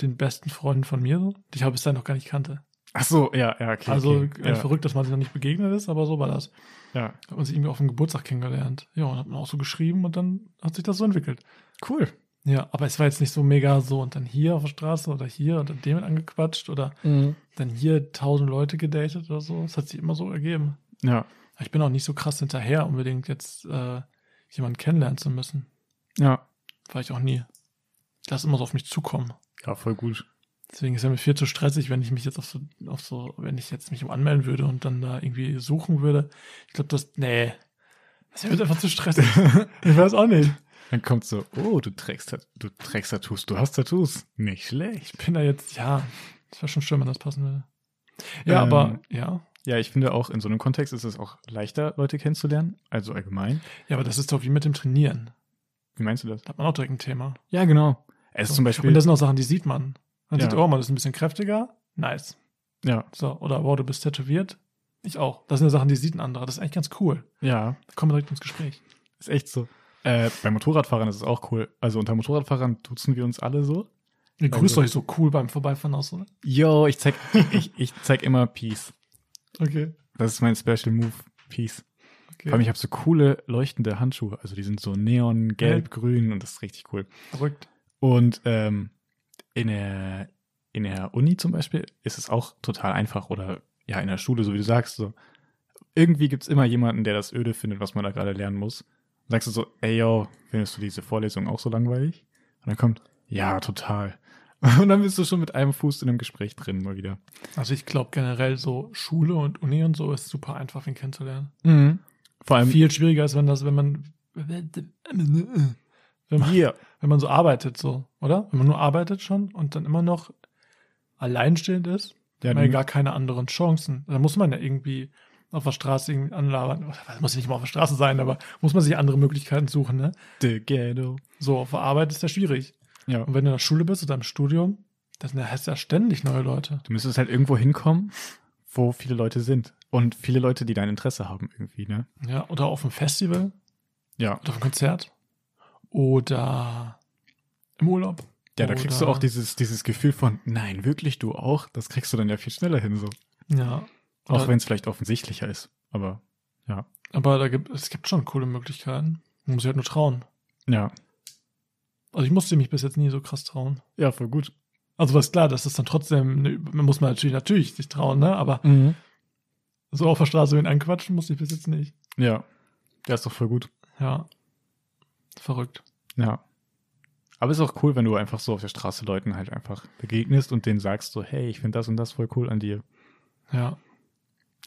den besten Freunden von mir, so, die ich aber bis dahin noch gar nicht kannte. Ach so, ja, ja, okay. also okay. äh, verrückt, dass man sich noch nicht begegnet ist, aber so war das. ja. ja. Hat man sich irgendwie auf dem Geburtstag kennengelernt. Ja, und hat man auch so geschrieben und dann hat sich das so entwickelt. Cool. Ja, aber es war jetzt nicht so mega so und dann hier auf der Straße oder hier und dann dem angequatscht oder Mhm. dann hier tausend Leute gedatet oder so. Es hat sich immer so ergeben. Ja. Ich bin auch nicht so krass hinterher, unbedingt jetzt äh, jemanden kennenlernen zu müssen. Ja. War ich auch nie. Ich lasse immer so auf mich zukommen. Ja, voll gut. Deswegen ist ja mir viel zu stressig, wenn ich mich jetzt auf so, auf so, wenn ich jetzt mich um anmelden würde und dann da irgendwie suchen würde. Ich glaube, das, nee. Das wird einfach zu stressig. ich weiß auch nicht. Dann kommt so, oh, du trägst, Tat- du trägst Tattoos, du hast Tattoos. Nicht schlecht. Ich bin da jetzt, ja, das wäre schon schön, wenn das passen würde. Ja, Ähm. aber, ja. Ja, ich finde auch, in so einem Kontext ist es auch leichter, Leute kennenzulernen. Also allgemein. Ja, aber das ist doch wie mit dem Trainieren. Wie meinst du das? Da hat man auch direkt ein Thema. Ja, genau. Es ist zum Beispiel. Und das sind auch Sachen, die sieht man. Man Ja. sieht, oh, man ist ein bisschen kräftiger. Nice. ja, So, oder wow, du bist tätowiert. Ich auch. Das sind ja Sachen, die sieht ein anderer. Das ist eigentlich ganz cool. ja, Da kommen wir direkt ins Gespräch. ist echt so. Äh, bei Motorradfahrern ist es auch cool. Also unter Motorradfahrern duzen wir uns alle so. Ihr Also- grüßt euch so cool beim Vorbeifahren aus, oder? Yo, ich zeig, ich, ich zeig immer Peace. Okay. Das ist mein Special Move. Peace. okay. Vor allem, ich habe so coole leuchtende Handschuhe. Also die sind so neon, gelb, Mhm. grün und das ist richtig cool. verrückt. Und ähm, in, der, in der Uni zum Beispiel ist es auch total einfach oder ja, in der Schule, so wie du sagst, so irgendwie gibt's immer jemanden, der das öde findet, was man da gerade lernen muss. Und sagst du so, ey yo, findest du diese Vorlesung auch so langweilig? Und dann kommt, ja, total. Und dann bist du schon mit einem Fuß in einem Gespräch drin mal wieder. Also ich glaube generell so Schule und Uni und so ist super einfach, wen kennenzulernen. Vor allem Viel schwieriger ist, wenn das, wenn man wenn man, hier. wenn man so arbeitet, so, oder? Wenn man nur arbeitet schon und dann immer noch alleinstehend ist, Ja, hat man ja du- gar keine anderen Chancen. Da muss man ja irgendwie auf der Straße irgendwie anlabern. Das muss ja nicht mal auf der Straße sein, aber muss man sich andere Möglichkeiten suchen, ne? The ghetto. So, auf der Arbeit ist ja schwierig. Ja. Und wenn du in der Schule bist oder im Studium, das hast du ja ständig neue Leute. Du müsstest halt irgendwo hinkommen, wo viele Leute sind. Und viele Leute, die dein Interesse haben irgendwie, ne? Ja, oder auf einem Festival Ja. oder auf einem Konzert oder im Urlaub. Ja, da kriegst du Oder- auch dieses, dieses Gefühl von, nein, wirklich du auch, das kriegst du dann ja viel schneller hin, so. Ja, Auch Ja. wenn es vielleicht offensichtlicher ist. Aber aber da gibt, es gibt schon coole Möglichkeiten. Man muss sich halt nur trauen. ja, Also ich musste mich bis jetzt nie so krass trauen. Ja, voll gut. Also was klar, das ist dann trotzdem, ne, man muss man natürlich natürlich sich trauen, ne? Aber so auf der Straße wen anquatschen musste ich bis jetzt nicht. Ja. Ja, ist doch voll gut. Ja. Verrückt. Ja. Aber ist auch cool, wenn du einfach so auf der Straße Leuten halt einfach begegnest und denen sagst so, hey, ich finde das und das voll cool an dir. Ja.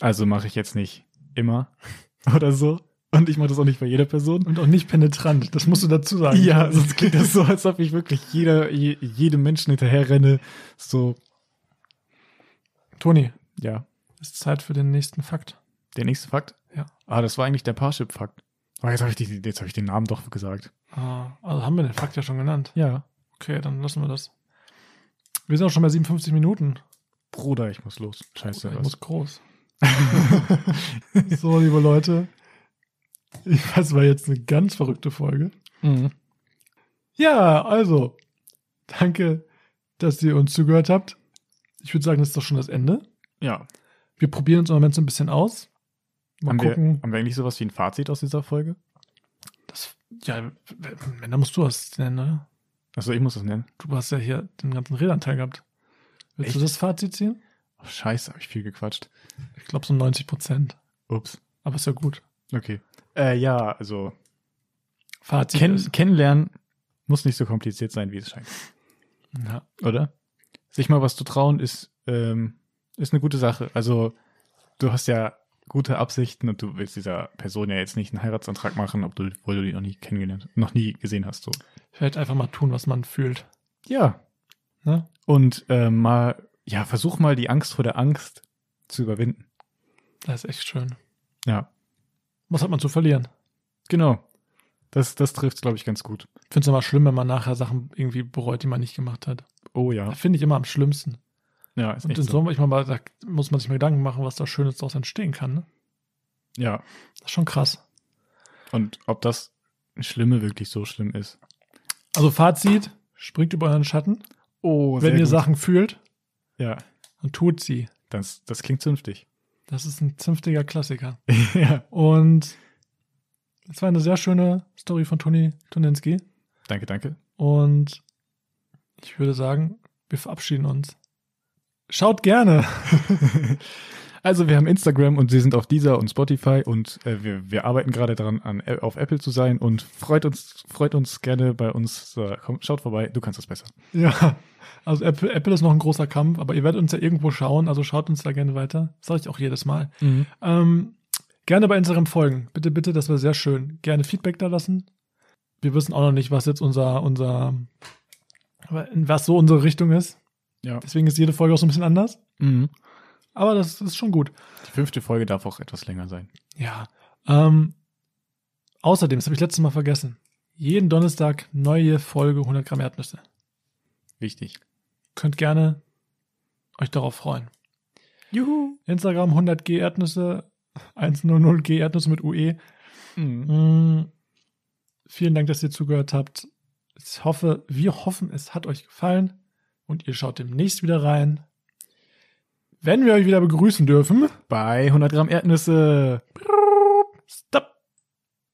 Also mache ich jetzt nicht immer oder so. Und ich mache das auch nicht bei jeder Person. Und auch nicht penetrant, das musst du dazu sagen. Ja, sonst klingt das so, als ob ich wirklich jeder, je, jedem Menschen hinterherrenne. So, Toni, ja. ist Zeit für den nächsten Fakt. Der nächste Fakt? Ja. Ah, das war eigentlich der Parship-Fakt. Aber jetzt habe ich, die- jetzt hab ich den Namen doch gesagt. Ah, also haben wir den Fakt ja schon genannt. Ja. Okay, dann lassen wir das. Wir sind auch schon bei 57 Minuten. Bruder, ich muss los. Scheiße. Ich was? muss groß. So, liebe Leute. Ich weiß, es war jetzt eine ganz verrückte Folge. Mhm. Ja, also, danke, dass ihr uns zugehört habt. Ich würde sagen, das ist doch schon das Ende. Ja. Wir probieren uns im Moment so ein bisschen aus. Mal Haben wir, gucken. haben wir eigentlich sowas wie ein Fazit aus dieser Folge? Das, ja, wenn, dann musst du das nennen, oder? Achso, ich muss das nennen. Du hast ja hier den ganzen Redanteil gehabt. Willst du Echt? das Fazit ziehen? Oh, scheiße, habe ich viel gequatscht. Ich glaube so 90 Prozent. Ups. Aber ist ja gut. Okay. Äh, ja, also Fazit kenn, ist. kennenlernen muss nicht so kompliziert sein, wie es scheint. Ja. Oder? Sich mal was zu trauen ist, ähm, ist eine gute Sache. Also du hast ja gute Absichten und du willst dieser Person ja jetzt nicht einen Heiratsantrag machen, obwohl obwohl du die noch nie kennengelernt, noch nie gesehen hast. So. Vielleicht einfach mal tun, was man fühlt. Ja. Ne? Und ähm, mal, ja, versuch mal die Angst vor der Angst zu überwinden. Das ist echt schön. Ja. Was hat man zu verlieren? Genau. Das, das trifft, glaube ich, ganz gut. Ich finde es immer schlimm, wenn man nachher Sachen irgendwie bereut, die man nicht gemacht hat. Oh ja. Das finde ich immer am schlimmsten. Ja, ist Und echt in so. so ich mal, da muss man sich mal Gedanken machen, was da Schönes daraus entstehen kann. Ne? Ja. Das ist schon krass. Und ob das Schlimme wirklich so schlimm ist. Also Fazit, springt über euren Schatten. Oh, wenn ihr Sachen fühlt, Ja, dann tut sie. das, das klingt zünftig. Das ist ein zünftiger Klassiker. ja. Und es war eine sehr schöne Story von Toni Toninski. Danke, danke. Und ich würde sagen, wir verabschieden uns. Schaut gerne. Also wir haben Instagram und sie sind auf dieser und Spotify und äh, wir, wir arbeiten gerade daran, an, Ä- auf Apple zu sein und freut uns, freut uns gerne bei uns. Äh, komm, schaut vorbei, du kannst das besser. Ja, also Apple, Apple ist noch ein großer Kampf, aber ihr werdet uns ja irgendwo schauen, also schaut uns da gerne weiter. Das sage ich auch jedes Mal. Mhm. Ähm, gerne bei Instagram folgen. Bitte, bitte, das wäre sehr schön. Gerne Feedback da lassen. Wir wissen auch noch nicht, was jetzt unser, unser, was so unsere Richtung ist. Ja. Deswegen ist jede Folge auch so ein bisschen anders. Mhm. Aber das ist schon gut. Die fünfte Folge darf auch etwas länger sein. Ja. Ähm, außerdem, das habe ich letztes Mal vergessen. Jeden Donnerstag neue Folge 100 Gramm Erdnüsse. Wichtig. Könnt gerne euch darauf freuen. Juhu. Instagram 100G Erdnüsse, 100G Erdnüsse mit E. UE. Mhm. Mm, Vielen Dank, dass ihr zugehört habt. Ich hoffe, wir hoffen, es hat euch gefallen und ihr schaut demnächst wieder rein. Wenn wir euch wieder begrüßen dürfen. Bei 100 Gramm Erdnüsse. Stop.